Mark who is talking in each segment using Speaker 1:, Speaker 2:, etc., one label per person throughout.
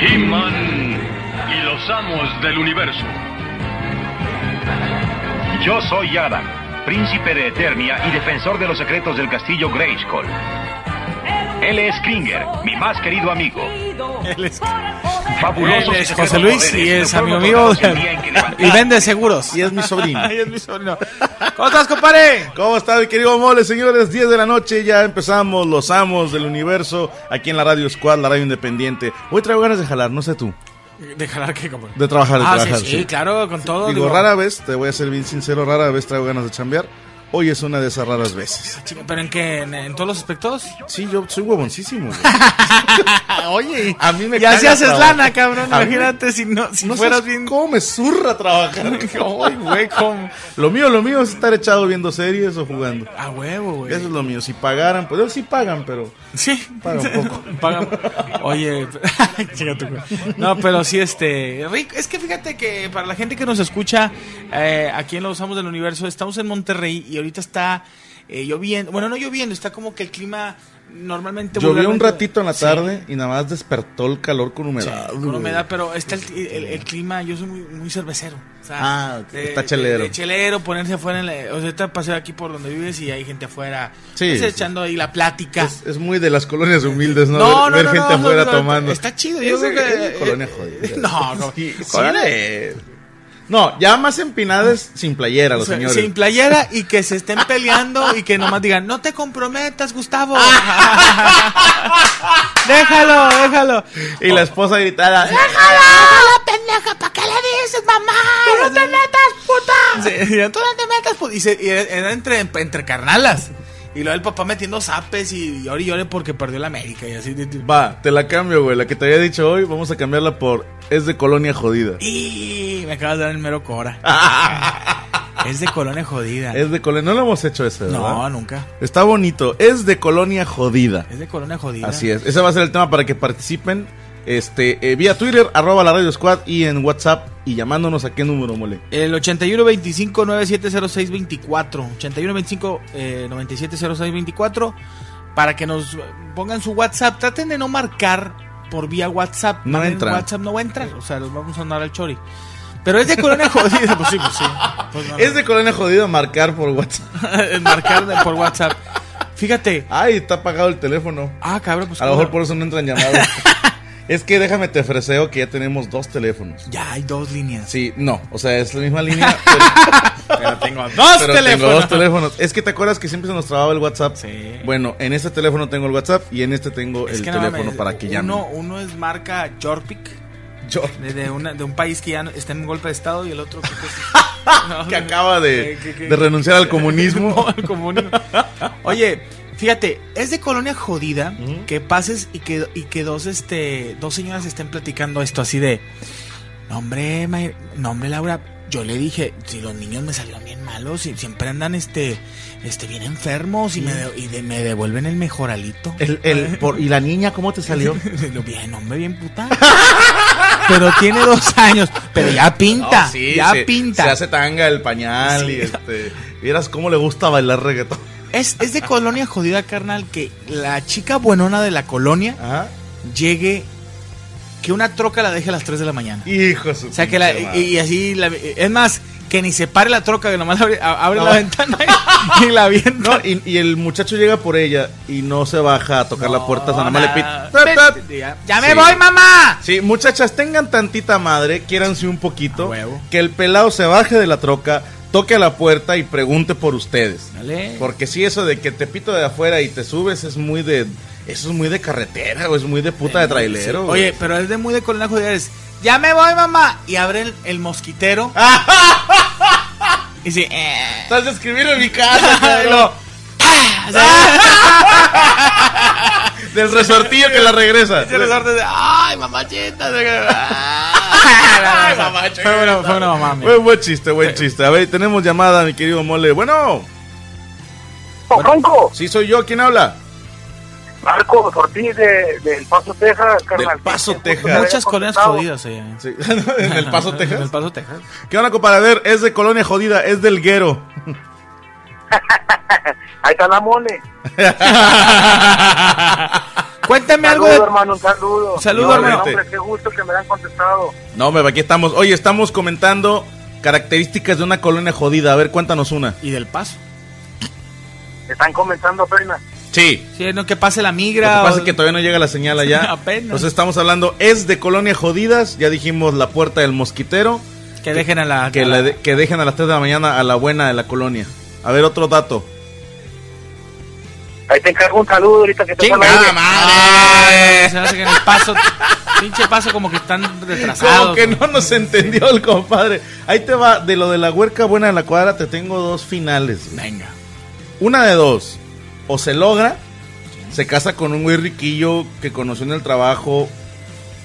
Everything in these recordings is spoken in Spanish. Speaker 1: He-Man y los amos del universo. Yo soy Adam, príncipe de Eternia y defensor de los secretos del castillo Grayskull. Él es Kringer, mi más querido amigo.
Speaker 2: Él es-
Speaker 1: Fabuloso.
Speaker 2: Él es José Luis y es amigo mío y vende seguros.
Speaker 3: Y es mi sobrino.
Speaker 2: Ay, es mi sobrino. ¿Cómo estás, compadre?
Speaker 3: ¿Cómo está mi querido Mole, señores? 10 de la noche, ya empezamos Los Amos del Universo, aquí en la Radio Squad, la radio independiente. Hoy traigo ganas de jalar, no sé tú,
Speaker 2: De jalar que compadre.
Speaker 3: de trabajar, de
Speaker 2: Ah, sí,
Speaker 3: trabajar.
Speaker 2: sí, claro, con todo.
Speaker 3: Digo,
Speaker 2: digo,
Speaker 3: rara vez, te voy a ser bien sincero, rara vez traigo ganas de chambear. Hoy es una de esas raras veces.
Speaker 2: chico, ¿Pero en qué? ¿En, en todos los aspectos?
Speaker 3: Sí, yo soy huevoncísimo. güey.
Speaker 2: Ah, Oye.
Speaker 3: A mí me
Speaker 2: Y así
Speaker 3: caga
Speaker 2: haces
Speaker 3: trabajar.
Speaker 2: lana, cabrón.
Speaker 3: A mí-
Speaker 2: Imagínate si no, si
Speaker 3: No
Speaker 2: fueras
Speaker 3: sabes
Speaker 2: bien.
Speaker 3: cómo me zurra trabajar.
Speaker 2: Ay, güey, cómo.
Speaker 3: Lo mío, lo mío es estar echado viendo series o jugando.
Speaker 2: A huevo, güey.
Speaker 3: Eso es lo mío. Si pagaran, pues ellos sí pagan, pero
Speaker 2: Sí.
Speaker 3: Paga un poco.
Speaker 2: Paga- Oye, chinga tu madre. no, pero sí, este, Rick, es que fíjate que para la gente que nos escucha eh, aquí en Los Amos del Universo, estamos en Monterrey y ahorita está eh, lloviendo, bueno, no lloviendo, está como que el clima normalmente...
Speaker 3: Llovió un
Speaker 2: vulgarmente-
Speaker 3: ratito en la
Speaker 2: Sí,
Speaker 3: tarde y nada más despertó el calor con
Speaker 2: sí,
Speaker 3: humedad.
Speaker 2: con
Speaker 3: güey.
Speaker 2: humedad, pero está el, el- el clima, yo soy muy, muy cervecero. o sea,
Speaker 3: Ah, está chelero.
Speaker 2: de chelero, ponerse afuera, en la- o sea, te paseo aquí por donde vives y hay gente afuera.
Speaker 3: Sí,
Speaker 2: pues,
Speaker 3: sí.
Speaker 2: echando ahí la plática.
Speaker 3: Es, es muy de las colonias humildes, ¿no? ver ver gente afuera
Speaker 2: no, no,
Speaker 3: tomando.
Speaker 2: Está chido, yo
Speaker 3: Es-
Speaker 2: creo que.
Speaker 3: es colonia
Speaker 2: eh,
Speaker 3: jodida.
Speaker 2: No, no.
Speaker 3: Sí, sí,
Speaker 2: Colonia-
Speaker 3: eh. No, ya más empinadas sin playera, los
Speaker 2: o sea,
Speaker 3: señores.
Speaker 2: Sin playera y que se estén peleando y que nomás digan, no te comprometas, Gustavo. déjalo, déjalo. Oh.
Speaker 3: y la esposa gritada.
Speaker 2: Ah. ¡No te metas, puta! tú no te metas, puta. Y, se- y era entre, entre carnalas. Y luego el papá metiendo zapes y llore y llore porque perdió la América y así. de- de-
Speaker 3: Va, te la cambio, güey. La que te había dicho hoy, vamos a cambiarla por. Es de colonia jodida.
Speaker 2: Y me acabas de dar el mero cora. es de colonia jodida.
Speaker 3: Es de colonia. No lo hemos hecho ese, ¿verdad?
Speaker 2: No, nunca.
Speaker 3: Está bonito. Es de colonia jodida.
Speaker 2: Es de colonia jodida.
Speaker 3: Así es. Ese va a ser el tema para que participen. Este, eh, vía Twitter, arroba la Radio Squad y en WhatsApp y llamándonos a qué número mole.
Speaker 2: El 81 25 9706 24. 81 25 eh, 9706 24. Para que nos pongan su WhatsApp. Traten de no marcar por vía WhatsApp.
Speaker 3: No
Speaker 2: Manden
Speaker 3: entra.
Speaker 2: WhatsApp no va a entrar. O sea, los vamos a andar al chori. Pero es de colonia jodida. Pues sí, pues sí. Pues no,
Speaker 3: Es de colonia jodida marcar por WhatsApp.
Speaker 2: no. marcar de- por WhatsApp. Fíjate.
Speaker 3: Ay, está apagado el teléfono.
Speaker 2: Ah, cabrón. Pues,
Speaker 3: A lo
Speaker 2: ¿cómo?
Speaker 3: mejor por eso no entran llamadas. es que déjame te ofreceo que ya tenemos dos teléfonos.
Speaker 2: Ya hay dos líneas.
Speaker 3: Sí, no, o sea, es la misma línea. Pero, tengo
Speaker 2: dos teléfonos.
Speaker 3: dos teléfonos. Es que te acuerdas que siempre se nos trababa el WhatsApp.
Speaker 2: Sí.
Speaker 3: Bueno, en este teléfono tengo el WhatsApp y en este tengo
Speaker 2: Es
Speaker 3: el
Speaker 2: que no
Speaker 3: teléfono
Speaker 2: mames,
Speaker 3: para que llamen.
Speaker 2: uno, uno es marca Jorpik.
Speaker 3: Yo-
Speaker 2: De, de una- de un país que ya no- está en golpe de estado y el otro creo que, es- No,
Speaker 3: que acaba de,
Speaker 2: que- que-
Speaker 3: de renunciar al comunismo.
Speaker 2: No, al comunismo. Oye, fíjate, es de colonia jodida que pases y que, y que dos, este, dos señoras estén platicando esto así de, no hombre, May- no, hombre, Laura, yo le dije, si los niños me salieron bien malos y siempre andan, este, este, bien enfermos y, me, de- y de- me devuelven el mejoralito.
Speaker 3: El, el, por, ¿Y la niña cómo te salió?
Speaker 2: Lo bien, hombre, bien puta. pero tiene dos años. Pero ya pinta,
Speaker 3: No, sí,
Speaker 2: ya
Speaker 3: se-
Speaker 2: pinta.
Speaker 3: Se hace tanga el pañal y este. Vieras cómo le gusta bailar reggaetón.
Speaker 2: Es, es de colonia jodida, carnal, que la chica buenona de la colonia
Speaker 3: Ajá.
Speaker 2: llegue, que una troca la deje a las 3 de la mañana.
Speaker 3: Hijo de su
Speaker 2: O sea, que la,
Speaker 3: pinche
Speaker 2: y,
Speaker 3: madre.
Speaker 2: y así, la- es más, que ni se pare la troca, que nomás abre, a- abre
Speaker 3: No.
Speaker 2: la ventana y, y la avienta.
Speaker 3: No, y, y el muchacho llega por ella y no se baja a tocar la puerta, o sea, nada más le pita.
Speaker 2: Vete,
Speaker 3: ¡Tap, tap!
Speaker 2: Ya, ya me
Speaker 3: Sí.
Speaker 2: voy, mamá.
Speaker 3: Sí, muchachas, tengan tantita madre, quiéranse un poquito.
Speaker 2: A huevo.
Speaker 3: Que el pelado se baje de la troca, toque a la puerta y pregunte por ustedes.
Speaker 2: Dale.
Speaker 3: Porque sí, eso de que te pito de afuera y te subes es muy de. Eso es muy de carretera, o es muy de puta de trailero.
Speaker 2: Sí. Oye,
Speaker 3: güey.
Speaker 2: pero es de muy de colonia jodida. Es, ya me voy, mamá. Y abre el, el mosquitero. y sí. eh.
Speaker 3: estás describiendo mi casa, cabrón.
Speaker 2: O sea,
Speaker 3: Del resortillo que la regresa.
Speaker 2: se les orden de, Ay, mamachita. Ay, mamachita. Fue una, fue una mamá. mía.
Speaker 3: Buen, buen chiste, buen chiste. A ver, tenemos llamada, mi querido Mole. Bueno,
Speaker 4: Franco,
Speaker 3: sí soy yo, ¿quién habla?
Speaker 4: Marcos Ortiz de, de El Paso, Texas, carnal.
Speaker 3: Del Paso,
Speaker 4: Justo
Speaker 3: Texas.
Speaker 4: me había
Speaker 2: Muchas colonias
Speaker 4: contestado.
Speaker 2: jodidas. eh.
Speaker 3: Sí, en El Paso,
Speaker 2: En
Speaker 3: Texas.
Speaker 2: El Paso, Texas.
Speaker 3: ¿Qué onda, compadre? A ver, es de Colonia Jodida, es del Guero.
Speaker 4: Ahí está la mole.
Speaker 2: Cuéntame algo
Speaker 4: Saludo,
Speaker 2: de.
Speaker 4: hermano, un saludo.
Speaker 2: Saludo,
Speaker 4: No,
Speaker 2: hermano.
Speaker 4: Hombre, qué gusto que me han contestado.
Speaker 3: No, hombre, aquí estamos. Oye, estamos comentando características de una colonia jodida. A ver, cuéntanos una.
Speaker 2: Y del Paso.
Speaker 4: Están comentando apenas.
Speaker 3: Sí.
Speaker 2: Sí, no que pase la
Speaker 3: Lo que
Speaker 2: migra.
Speaker 3: pasa
Speaker 2: o-
Speaker 3: es que todavía no llega la señal allá.
Speaker 2: Apenas.
Speaker 3: Entonces estamos hablando, es de Colonia Jodidas. Ya dijimos la puerta del mosquitero.
Speaker 2: que dejen a la.
Speaker 3: Que,
Speaker 2: a
Speaker 3: la de- que dejan a las 3 de la mañana a la buena de la colonia. A ver, otro dato.
Speaker 4: Ahí te encargo un saludo ahorita que te
Speaker 2: madre! Se me hace que en el paso. pinche paso como que están retrasados.
Speaker 3: Como que no nos entendió el compadre. Ahí te va, de lo de la huerca buena de la cuadra, te tengo dos finales. güey.
Speaker 2: Venga.
Speaker 3: Una de dos. O se logra, se casa con un güey riquillo que conoció en el trabajo.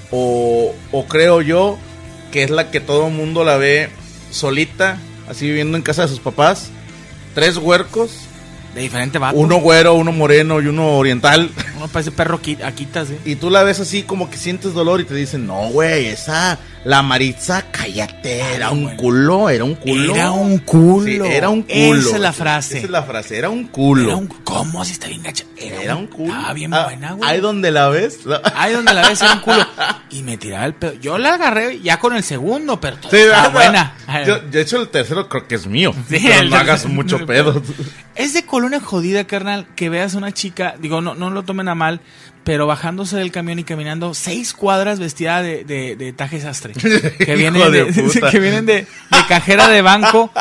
Speaker 3: O, o creo yo que es la que todo el mundo la ve solita, así viviendo en casa de sus papás. Tres huercos,
Speaker 2: De diferente vato.
Speaker 3: uno güero, uno moreno y uno oriental.
Speaker 2: Uno parece perro qui- aquitas, eh.
Speaker 3: Y tú la ves así como que sientes dolor y te dicen, no, güey, esa, la Maritza, cállate, era un
Speaker 2: güey.
Speaker 3: culo, era un culo.
Speaker 2: Ah, Era un culo.
Speaker 3: Sí, era un culo.
Speaker 2: Esa es la frase.
Speaker 3: Esa es la frase, era un culo.
Speaker 2: Era un ¿Cómo? Si está bien gacha. Era,
Speaker 3: Era un culo.
Speaker 2: Estaba bien
Speaker 3: Ah,
Speaker 2: buena, güey. Ah,
Speaker 3: Ahí donde la ves. la-
Speaker 2: Ahí donde la ves era un culo. Y me tiraba el pedo. Yo la agarré ya con el segundo, pero
Speaker 3: Sí,
Speaker 2: todavía estaba
Speaker 3: ah,
Speaker 2: buena.
Speaker 3: Yo, de hecho, el tercero creo que es mío.
Speaker 2: Sí,
Speaker 3: pero
Speaker 2: el
Speaker 3: no hagas
Speaker 2: tercero-
Speaker 3: mucho pedo.
Speaker 2: Es de colonia jodida, carnal, que veas una chica, digo, no, no lo tomen a mal, pero bajándose del camión y caminando seis cuadras vestida de, de, de taje sastre. Que
Speaker 3: Hijo
Speaker 2: vienen
Speaker 3: de
Speaker 2: de,
Speaker 3: puta.
Speaker 2: que vienen de, de cajera de banco.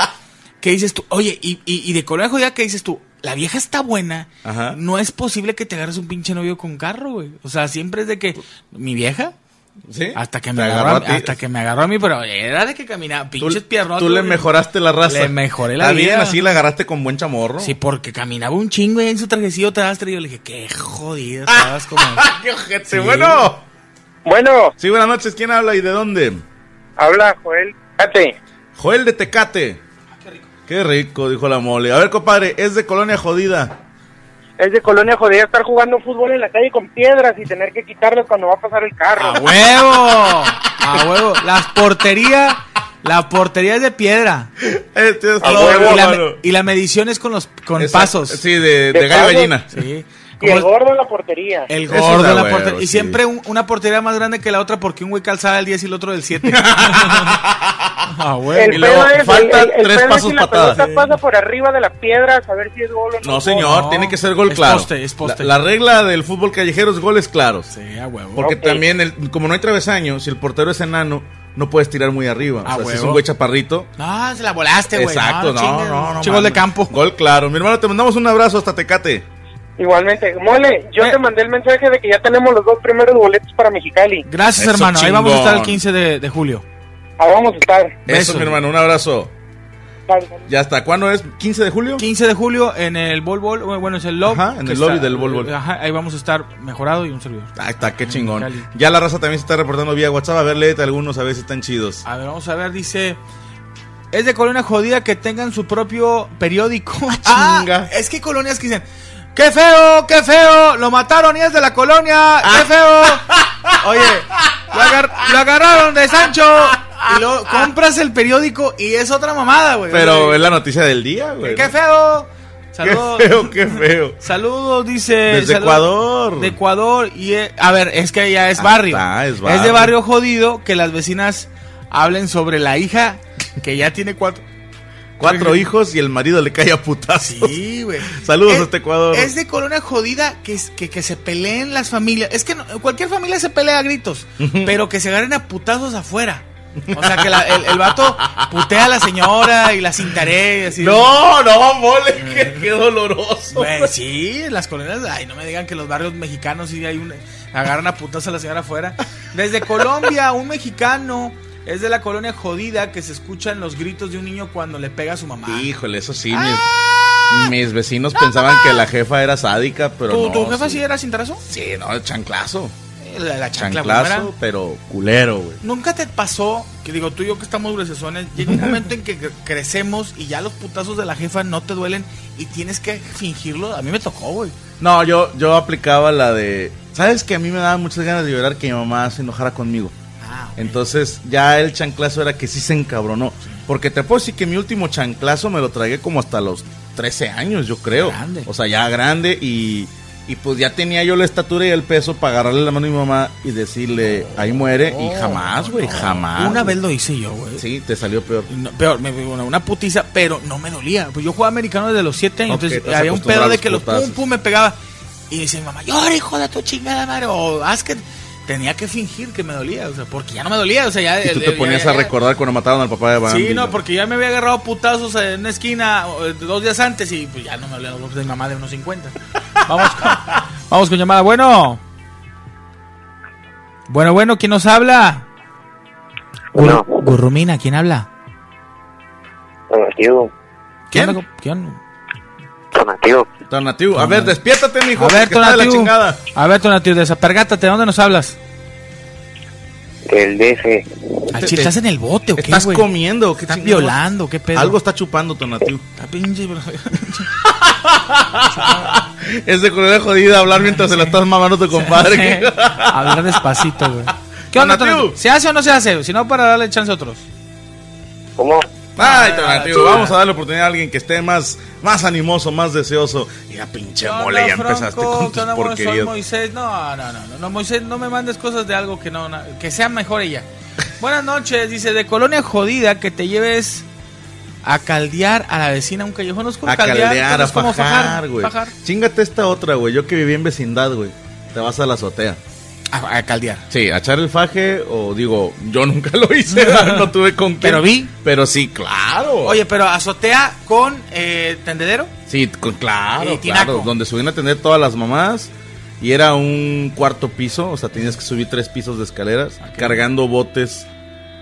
Speaker 2: Que dices tú, oye, y, y, y de colonia jodida que dices tú, la vieja está buena,
Speaker 3: Ajá.
Speaker 2: no es posible que te agarres un pinche novio con carro, güey. O sea, siempre es de que, mi vieja,
Speaker 3: ¿Sí?
Speaker 2: hasta que
Speaker 3: Te
Speaker 2: me
Speaker 3: agarró
Speaker 2: agarró, a
Speaker 3: a ti.
Speaker 2: mí, hasta que me agarró a mí, pero era de que caminaba,
Speaker 3: Tú,
Speaker 2: pinches piernas.
Speaker 3: tú le mejoraste la raza.
Speaker 2: Le mejoré la
Speaker 3: Está bien,
Speaker 2: vida.
Speaker 3: así la agarraste con buen chamorro.
Speaker 2: Sí, porque caminaba un chingo y en su trajecillo trastre. Y yo le dije, qué jodido
Speaker 3: Ah.
Speaker 2: estabas como.
Speaker 3: ¡Qué ojete!
Speaker 2: Sí.
Speaker 3: Bueno.
Speaker 4: Bueno,
Speaker 3: Sí, buenas noches. ¿Quién habla y de dónde?
Speaker 4: habla Joel. Fíjate,
Speaker 3: Joel de Tecate. Qué rico, dijo la mole. A ver, compadre, es de colonia jodida.
Speaker 4: es de Colonia Jodida estar jugando fútbol en la calle con piedras y tener que quitarlas cuando va a pasar el carro.
Speaker 2: ¡A huevo! ¡A huevo! Las porterías. La portería es de piedra.
Speaker 3: Este es
Speaker 4: A
Speaker 3: todo,
Speaker 4: huevo,
Speaker 2: Y la,
Speaker 3: hermano.
Speaker 2: y la medición es con los con
Speaker 3: Exacto.
Speaker 2: pasos.
Speaker 3: Sí, de, de
Speaker 4: De
Speaker 3: gallo
Speaker 4: pasos.
Speaker 3: gallina.
Speaker 2: Sí.
Speaker 4: y el
Speaker 2: Como-
Speaker 4: gordo en la portería.
Speaker 2: el
Speaker 3: Eso
Speaker 2: gordo
Speaker 3: está
Speaker 2: en la
Speaker 3: huevo,
Speaker 2: portería. Y
Speaker 3: sí.
Speaker 2: siempre un- una portería más grande que la otra porque un güey calzaba el 10 y el otro del 7. ¡A
Speaker 3: y
Speaker 4: El
Speaker 3: luego
Speaker 4: pedo es, el,
Speaker 3: falta
Speaker 4: el- el
Speaker 3: tres
Speaker 4: pedo es
Speaker 3: pasos
Speaker 4: si la
Speaker 3: patadas.
Speaker 4: pelota pasa por arriba de la piedra, a ver si es gol o no.
Speaker 3: No, señor,
Speaker 2: No.
Speaker 3: tiene que ser gol
Speaker 2: Es
Speaker 3: claro.
Speaker 2: poste, es poste.
Speaker 3: La, la regla del fútbol callejero es goles claros.
Speaker 2: Sí, a huevo.
Speaker 3: Porque
Speaker 4: Ok.
Speaker 3: también, el- como no hay travesaño, si el portero es enano, no puedes tirar muy arriba. O
Speaker 2: A
Speaker 3: sea, si es
Speaker 2: Ah, huevo.
Speaker 3: un güey chaparrito.
Speaker 2: No, se la volaste, güey.
Speaker 3: Exacto, no, no,
Speaker 2: chingues.
Speaker 3: no,
Speaker 2: Chicos de
Speaker 3: mames.
Speaker 2: campo.
Speaker 3: Gol claro. Mi hermano, te mandamos un abrazo hasta Tecate.
Speaker 4: Igualmente, mole, yo
Speaker 2: Eh.
Speaker 4: te mandé el mensaje de que ya tenemos los dos primeros boletos para Mexicali.
Speaker 2: Gracias,
Speaker 3: Eso
Speaker 2: hermano. Ahí vamos a estar el
Speaker 3: chingón.
Speaker 2: 15 de, de julio.
Speaker 4: Ahí vamos a estar.
Speaker 3: Eso,
Speaker 2: Beso.
Speaker 3: mi hermano, un abrazo.
Speaker 4: Vale.
Speaker 3: Ya está. ¿Cuándo es? ¿15 de julio?
Speaker 2: 15 de julio en el Bol Bol, bueno, es el lobby.
Speaker 3: Ajá, en
Speaker 2: que
Speaker 3: el lobby del Bol Bol.
Speaker 2: Ajá, ahí vamos a estar mejorado y un servidor.
Speaker 3: Ahí Ah, está, qué
Speaker 2: Cali.
Speaker 3: chingón. Ya la raza también se está reportando vía WhatsApp. A ver, léete algunos a ver si están chidos.
Speaker 2: A ver, vamos a ver, dice... Es de colonia jodida que tengan su propio periódico.
Speaker 3: Ah,
Speaker 2: Ah,
Speaker 3: chinga.
Speaker 2: es que colonias que dicen... ¡Qué
Speaker 3: Ah.
Speaker 2: feo, qué feo! Lo mataron y es de la colonia. ¡Qué feo! Oye, Lo, agar- lo agarraron de Sancho. Y luego compras el periódico y es otra mamada, güey.
Speaker 3: Pero
Speaker 2: Oye,
Speaker 3: es la noticia del día, güey.
Speaker 2: ¡Qué feo!
Speaker 3: Qué
Speaker 2: Saludos.
Speaker 3: feo, qué feo.
Speaker 2: Saludos, dice.
Speaker 3: Desde
Speaker 2: saludos.
Speaker 3: Ecuador.
Speaker 2: De Ecuador. Y, eh, a ver, es que ya es
Speaker 3: Ah,
Speaker 2: barrio.
Speaker 3: está, es
Speaker 2: de
Speaker 3: barrio.
Speaker 2: barrio jodido que las vecinas hablen sobre la hija que ya tiene cuatro.
Speaker 3: Cuatro hijos y el marido le cae a putazos.
Speaker 2: Sí, güey.
Speaker 3: Saludos
Speaker 2: Es-
Speaker 3: hasta Ecuador.
Speaker 2: Es de colonia jodida que, es- que, que se peleen las familias. Es que no- cualquier familia se pelea a gritos, pero que se agarren a putazos afuera. O sea, que la- el, el vato putea a la señora y la cintaré y así.
Speaker 3: No, no, mole, qué, qué doloroso.
Speaker 2: Güey, sí, en las colonias, ay, no me digan que los barrios mexicanos sí hay un, agarran a putas a la señora afuera. Desde Colombia, un mexicano es de la colonia jodida que se escuchan los gritos de un niño cuando le pega a su mamá.
Speaker 3: Híjole, eso sí, mis, mis vecinos pensaban que la jefa era sádica, pero
Speaker 2: ¿Tu,
Speaker 3: no.
Speaker 2: tu jefa sí era cintarazo? Eh,
Speaker 3: Sí, no, chanclazo.
Speaker 2: La, la chancla, güey, ¿no era?
Speaker 3: Chanclazo, pero culero, güey.
Speaker 2: ¿Nunca te pasó que digo tú y yo que estamos gruesones, llega un momento en que cre- crecemos y ya los putazos de la jefa no te duelen y tienes que fingirlo? A mí me tocó, güey.
Speaker 3: No, yo, yo aplicaba la de. ¿Sabes que a mí me daban muchas ganas de llorar que mi mamá se enojara conmigo?
Speaker 2: Ah,
Speaker 3: Entonces ya el chanclazo era que sí se encabronó. Porque te puedo decir que mi último chanclazo me lo tragué como hasta los 13 años, yo creo.
Speaker 2: Grande.
Speaker 3: O sea, ya grande y, y pues ya tenía yo la estatura y el peso para agarrarle la mano a mi mamá y decirle, ahí muere. y jamás, güey, jamás.
Speaker 2: Una
Speaker 3: güey.
Speaker 2: vez lo hice yo, güey.
Speaker 3: Sí, te salió peor.
Speaker 2: No, peor, me, una, una putiza, pero no me dolía. Pues yo jugaba americano desde los 7 años,
Speaker 3: Ok,
Speaker 2: entonces
Speaker 3: estás
Speaker 2: había un
Speaker 3: acostumbrado
Speaker 2: pedo
Speaker 3: a
Speaker 2: de
Speaker 3: los
Speaker 2: que los pum
Speaker 3: putazos.
Speaker 2: pum me pegaba. Y decía mi mamá, llora hijo de tu chingada madre, o haz que... Tenía que fingir que me dolía, o sea, porque ya no me dolía, o sea, ya...
Speaker 3: Y tú
Speaker 2: ya-
Speaker 3: te
Speaker 2: ya-
Speaker 3: ponías
Speaker 2: ya-
Speaker 3: a recordar cuando mataron al papá de Bambi.
Speaker 2: Sí, no, porque ya me había agarrado putazos en una esquina eh, dos días antes y pues ya no me hablé los golpes de mi mamá de unos 50. Vamos con, vamos con llamada. Bueno. Bueno, bueno, ¿quién nos habla?
Speaker 4: Bueno.
Speaker 2: Gurrumina, ¿quién habla?
Speaker 4: Tonatiuh,
Speaker 3: ¿Quién?
Speaker 2: onda con- ¿Quién?
Speaker 4: Tonatiuh,
Speaker 3: Tonatiuh, a ver, despiértate,
Speaker 2: A
Speaker 3: mijo.
Speaker 2: ver,
Speaker 3: porque está de la
Speaker 2: Tonatiu.
Speaker 3: chingada.
Speaker 2: A ver, Tonatiu, desapergátate, ¿de dónde nos hablas?
Speaker 4: del DF.
Speaker 2: Al chile, ¿Estás en el bote o qué,
Speaker 3: Estás
Speaker 2: güey?
Speaker 3: comiendo, ¿qué
Speaker 2: Estás
Speaker 3: chingados?
Speaker 2: violando, ¿qué pedo?
Speaker 3: Algo está chupando, Tonatiu.
Speaker 2: Está pinche...
Speaker 3: Es de culera jodida hablar mientras se la estás mamando a tu compadre.
Speaker 2: Hablar despacito, güey. ¿Qué onda,
Speaker 3: Tonatiu?
Speaker 2: Tonatiu? ¿Se hace o no se hace? Si no, para darle chance a otros.
Speaker 4: ¿Cómo?
Speaker 3: Ay, Tonatiu, vamos a darle oportunidad a alguien que esté más, más animoso, más deseoso. Mira, pinche mole, ya empezaste con tus
Speaker 2: Soy
Speaker 3: porquerías.
Speaker 2: Moisés. No, no, no, no, no, Moisés, no me mandes cosas de algo que no, na- que sea mejor ella. Buenas noches, dice, de colonia jodida que te lleves a caldear a la vecina un callejón oscuro.
Speaker 3: A caldear, a
Speaker 2: entonces, ¿cómo
Speaker 3: fajar, güey.
Speaker 2: fajar?
Speaker 3: Chingate esta otra, güey. Yo que viví en vecindad, güey. Te vas a la azotea.
Speaker 2: A, a caldear.
Speaker 3: Sí, a echar el faje o digo, yo nunca lo hice, no tuve con quién.
Speaker 2: Pero vi.
Speaker 3: Pero sí, claro.
Speaker 2: Oye, pero azotea con eh, tendedero.
Speaker 3: Sí, con- claro,
Speaker 2: Y Eh, tinaco.
Speaker 3: claro, donde subían a tener todas las mamás y era un cuarto piso, o sea, tenías que subir tres pisos de escaleras, cargando botes,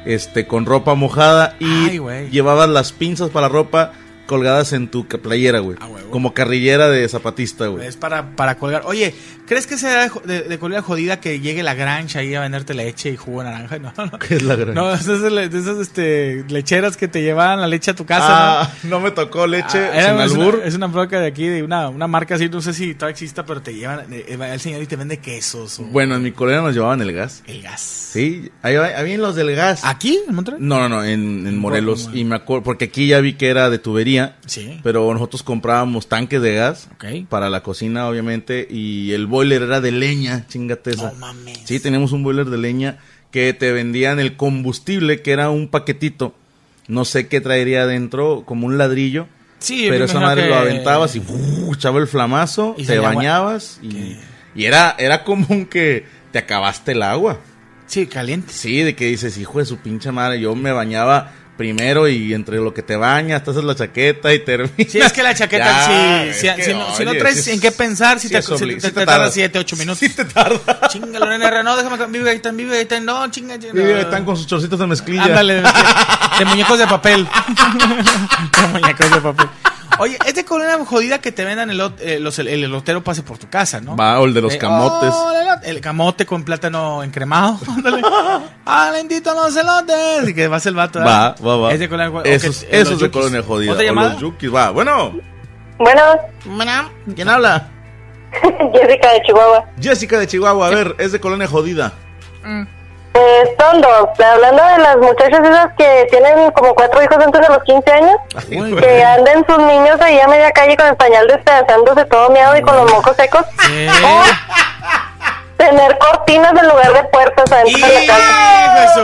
Speaker 3: este, con ropa mojada y
Speaker 2: Ay, güey.
Speaker 3: llevabas las pinzas para la ropa colgadas en tu ca- playera, güey,
Speaker 2: Ah, huevo.
Speaker 3: como carrillera de zapatista, güey.
Speaker 2: Es para, para colgar. Oye, ¿crees que sea de, jo- de- de colonia jodida que llegue la grancha ahí a venderte leche y jugo de naranja? No, no.
Speaker 3: ¿Qué es la gran-
Speaker 2: No, esas, le- de esas, este, lecheras que te llevaban la leche a tu casa. ¿no?
Speaker 3: Ah, no me tocó leche
Speaker 2: Ah, era
Speaker 3: sin
Speaker 2: una- es una-
Speaker 3: albur.
Speaker 2: Es una marca de aquí, de una, una marca así, no sé si todavía exista, pero te llevan, eh, eh, va el señor y te vende quesos o
Speaker 3: Bueno, en mi colonia nos llevaban el gas.
Speaker 2: el gas. Mm,
Speaker 3: Sí, ahí, ahí en los del gas.
Speaker 2: ¿Aquí? ¿En Monterrey?
Speaker 3: No, no, no, en, en Morelos.
Speaker 2: Bueno.
Speaker 3: Y me acuerdo, porque aquí ya vi que era de tubería.
Speaker 2: Sí.
Speaker 3: Pero nosotros comprábamos tanques de gas.
Speaker 2: Ok.
Speaker 3: Para la cocina, obviamente. Y el boiler era de leña, chingate esa.
Speaker 2: No mames.
Speaker 3: Sí, teníamos un boiler de leña que te vendían el combustible, que era un paquetito. No sé qué traería adentro, como un ladrillo.
Speaker 2: Sí, yo me
Speaker 3: pero esa
Speaker 2: imagino
Speaker 3: madre
Speaker 2: que-
Speaker 3: lo aventabas y ¡uh! echaba el flamazo,
Speaker 2: Y
Speaker 3: te
Speaker 2: salía agua.
Speaker 3: bañabas y, y era, era común que te acabaste el agua.
Speaker 2: Sí, calientes.
Speaker 3: Sí, de que dices, hijo de su pinche madre, yo me bañaba primero y entre lo que te bañas, te haces la chaqueta y terminas.
Speaker 2: Sí, es que la chaqueta,
Speaker 3: Ya,
Speaker 2: sí,
Speaker 3: es
Speaker 2: si,
Speaker 3: que,
Speaker 2: si no, si no
Speaker 3: oye,
Speaker 2: traes
Speaker 3: sí es-
Speaker 2: en qué pensar, si
Speaker 3: sí
Speaker 2: te,
Speaker 3: es
Speaker 2: si te-
Speaker 3: obli-
Speaker 2: te,
Speaker 3: sí te tarda.
Speaker 2: tardas 7, 8 minutos.
Speaker 3: Sí te tarda.
Speaker 2: Chinga, Lorena Herrera, no, déjame, vive ahí, tan vive ahí, tan, no, chinga, chinga.
Speaker 3: Y
Speaker 2: no.
Speaker 3: están con sus chorcitos de mezclilla.
Speaker 2: Ándale, de, de muñecos de papel. de muñecos de papel. Oye, es de colonia jodida que te vendan el, ot- eh, los- el, el elotero pase por tu casa, ¿no?
Speaker 3: Va, o el de los
Speaker 2: Eh,
Speaker 3: camotes.
Speaker 2: oh, el elote. el camote con plátano encremado. Ándale. ah, lindito los elotes. Y que vas el vato.
Speaker 3: va,
Speaker 2: ¿verdad?
Speaker 3: va, va.
Speaker 2: Es de colonia jodida.
Speaker 3: Esos, esos de colonia jodida.
Speaker 2: ¿Otra
Speaker 3: O
Speaker 2: llamada?
Speaker 3: los yukis, va. Bueno,
Speaker 5: Bueno,
Speaker 3: ¿quién habla?
Speaker 5: Jessica de Chihuahua.
Speaker 3: Jessica de Chihuahua, a ver, es de colonia jodida.
Speaker 5: Eh, Eh, son dos. Hablando de las muchachas esas que tienen como cuatro hijos antes de los 15 años,
Speaker 3: Ay,
Speaker 2: Uy,
Speaker 3: güey.
Speaker 5: que anden sus niños ahí a media calle con el pañal despedazándose todo meado y con los mocos secos.
Speaker 2: Sí.
Speaker 5: Tener cortinas en lugar de puertas adentro de la casa.
Speaker 2: Hijo de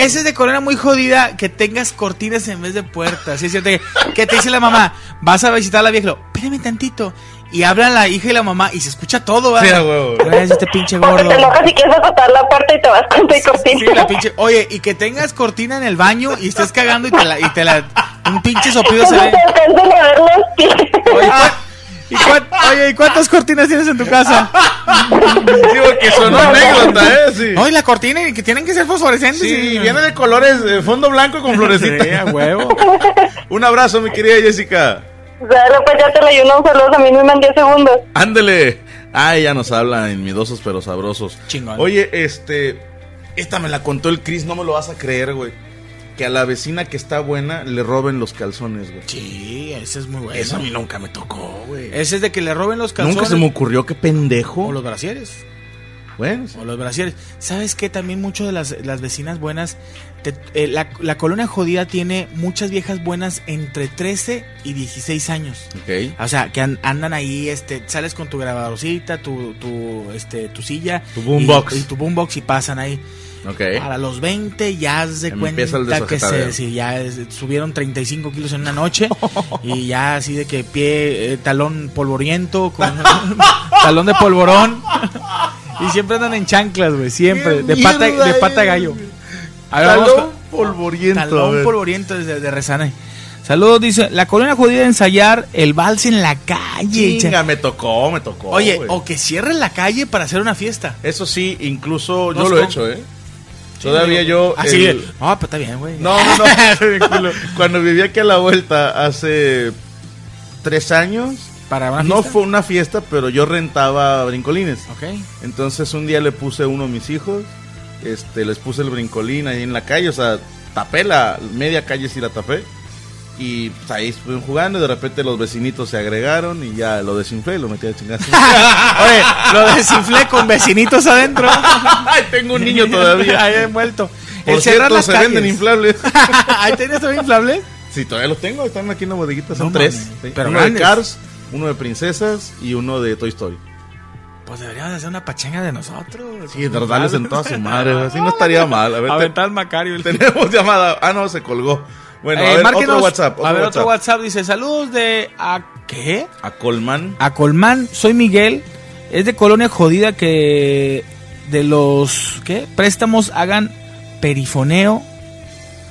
Speaker 2: su- Esa es de corona muy jodida que tengas cortinas en vez de puertas. Sí, es cierto que, que te dice la mamá, vas a visitar a la vieja, y luego, espérame tantito. Y hablan la hija y la mamá y se escucha todo,
Speaker 3: Sí, a
Speaker 2: ¿verdad?
Speaker 3: huevo.
Speaker 2: Güey, es este pinche
Speaker 5: Porque
Speaker 2: gordo.
Speaker 5: te enojas y quieres azotar la puerta y te vas con tu
Speaker 2: Sí,
Speaker 5: cortina.
Speaker 2: la pinche- Oye, y que tengas cortina en el baño y estés cagando y te la. Y te la un pinche sopido se
Speaker 5: Entonces
Speaker 2: ve.
Speaker 5: te alcanzan a ver los pies.
Speaker 2: Oye, ¿cuá- y cuá- oye, ¿y cuántas cortinas tienes en tu casa?
Speaker 3: Digo que son anécdota, ¿eh? Sí.
Speaker 2: No, y la cortina y que tienen que ser fosforescentes.
Speaker 3: Sí, viene de colores, eh, fondo blanco con florecita.
Speaker 2: Sí, a huevo.
Speaker 3: Un abrazo, mi querida Jessica.
Speaker 5: Dale, pues ya te la ayuno un saludo, a mí me mandé segundos.
Speaker 3: Ándele. Ay, ya nos hablan miedosos pero sabrosos.
Speaker 2: Chingón.
Speaker 3: Oye, este. Esta me la contó el Chris, no me lo vas a creer, güey. Que a la vecina que está buena le roben los calzones, güey.
Speaker 2: Sí, ese es muy bueno.
Speaker 3: Eso a mí nunca me tocó, güey.
Speaker 2: Ese es de que le roben los calzones.
Speaker 3: Nunca se me ocurrió, qué
Speaker 2: O
Speaker 3: pendejo.
Speaker 2: los brasieres.
Speaker 3: Bueno, sí.
Speaker 2: O los brasieres. ¿Sabes qué? También mucho de las, las vecinas buenas. te- eh, la, la colonia jodida tiene muchas viejas buenas entre 13 y 16 años.
Speaker 3: ok.
Speaker 2: O sea, que an- andan ahí, este, sales con tu grabadorcita, tu, tu, este, tu silla.
Speaker 3: Tu boombox.
Speaker 2: Y, y tu boombox y pasan ahí.
Speaker 3: Ok.
Speaker 2: Para los 20 ya se
Speaker 3: ¿Eh? Empieza el
Speaker 2: cuenta que
Speaker 3: desacatadero.
Speaker 2: se, sí, ya es- subieron 35 kilos en una noche y ya así de que pie, eh, talón polvoriento, con, talón de polvorón y siempre andan en chanclas, güey, siempre,
Speaker 3: ¿Qué
Speaker 2: de pata,
Speaker 3: mierda
Speaker 2: de pata
Speaker 3: es,
Speaker 2: gallo.
Speaker 3: güey?
Speaker 2: A ver, vamos
Speaker 3: Talón
Speaker 2: con-
Speaker 3: polvoriento. a
Speaker 2: talón
Speaker 3: ver.
Speaker 2: polvoriento desde de Rezana. Saludos, dice, la colonia judía de ensayar el vals en la calle.
Speaker 3: Chinga,
Speaker 2: cha-
Speaker 3: me tocó, me tocó.
Speaker 2: Oye,
Speaker 3: güey.
Speaker 2: o que cierren la calle para hacer una fiesta.
Speaker 3: Eso sí, incluso yo
Speaker 2: Nos
Speaker 3: lo he
Speaker 2: con-
Speaker 3: hecho, ¿eh? Todavía yo.
Speaker 2: Así,
Speaker 3: el-
Speaker 2: no, pero está bien, güey.
Speaker 3: No, no, no. Cuando viví aquí a la vuelta hace tres años,
Speaker 2: para una
Speaker 3: no
Speaker 2: fiesta.
Speaker 3: fue una fiesta, pero yo rentaba brincolines.
Speaker 2: Ok.
Speaker 3: Entonces un día le puse uno a mis hijos, este, les puse el brincolín ahí en la calle, o sea, tapé la media calle si la tapé. Y pues, ahí estuvieron jugando y de repente los vecinitos se agregaron y ya lo desinflé y lo metí a chingazo.
Speaker 2: Oye, lo desinflé con vecinitos adentro.
Speaker 3: Ay, tengo un niño todavía.
Speaker 2: Ahí envuelto.
Speaker 3: Por
Speaker 2: El cerrar
Speaker 3: cierto,
Speaker 2: las
Speaker 3: se
Speaker 2: calles.
Speaker 3: venden inflables.
Speaker 2: Ahí tenías también inflable.
Speaker 3: Sí, todavía los tengo, están aquí en la bodeguita, son
Speaker 2: No
Speaker 3: tres.
Speaker 2: mames,
Speaker 3: Sí,
Speaker 2: pero
Speaker 3: uno
Speaker 2: grandes.
Speaker 3: de Cars, uno de Princesas y uno de Toy Story.
Speaker 2: Pues deberíamos hacer una pachanga de nosotros.
Speaker 3: Sí, de darles en toda su madre, así no estaría mal. A ver, te-
Speaker 2: Aventar al Macario.
Speaker 3: tenemos llamada. Ah, no, se colgó. Bueno,
Speaker 2: Eh,
Speaker 3: a ver,
Speaker 2: márquenos.
Speaker 3: otro WhatsApp. Otro
Speaker 2: a ver,
Speaker 3: WhatsApp.
Speaker 2: otro WhatsApp dice: Saludos de. ¿A qué?
Speaker 3: A Colman.
Speaker 2: A Colmán, soy Miguel. Es de Colonia Jodida que de los ¿qué? préstamos hagan perifoneo.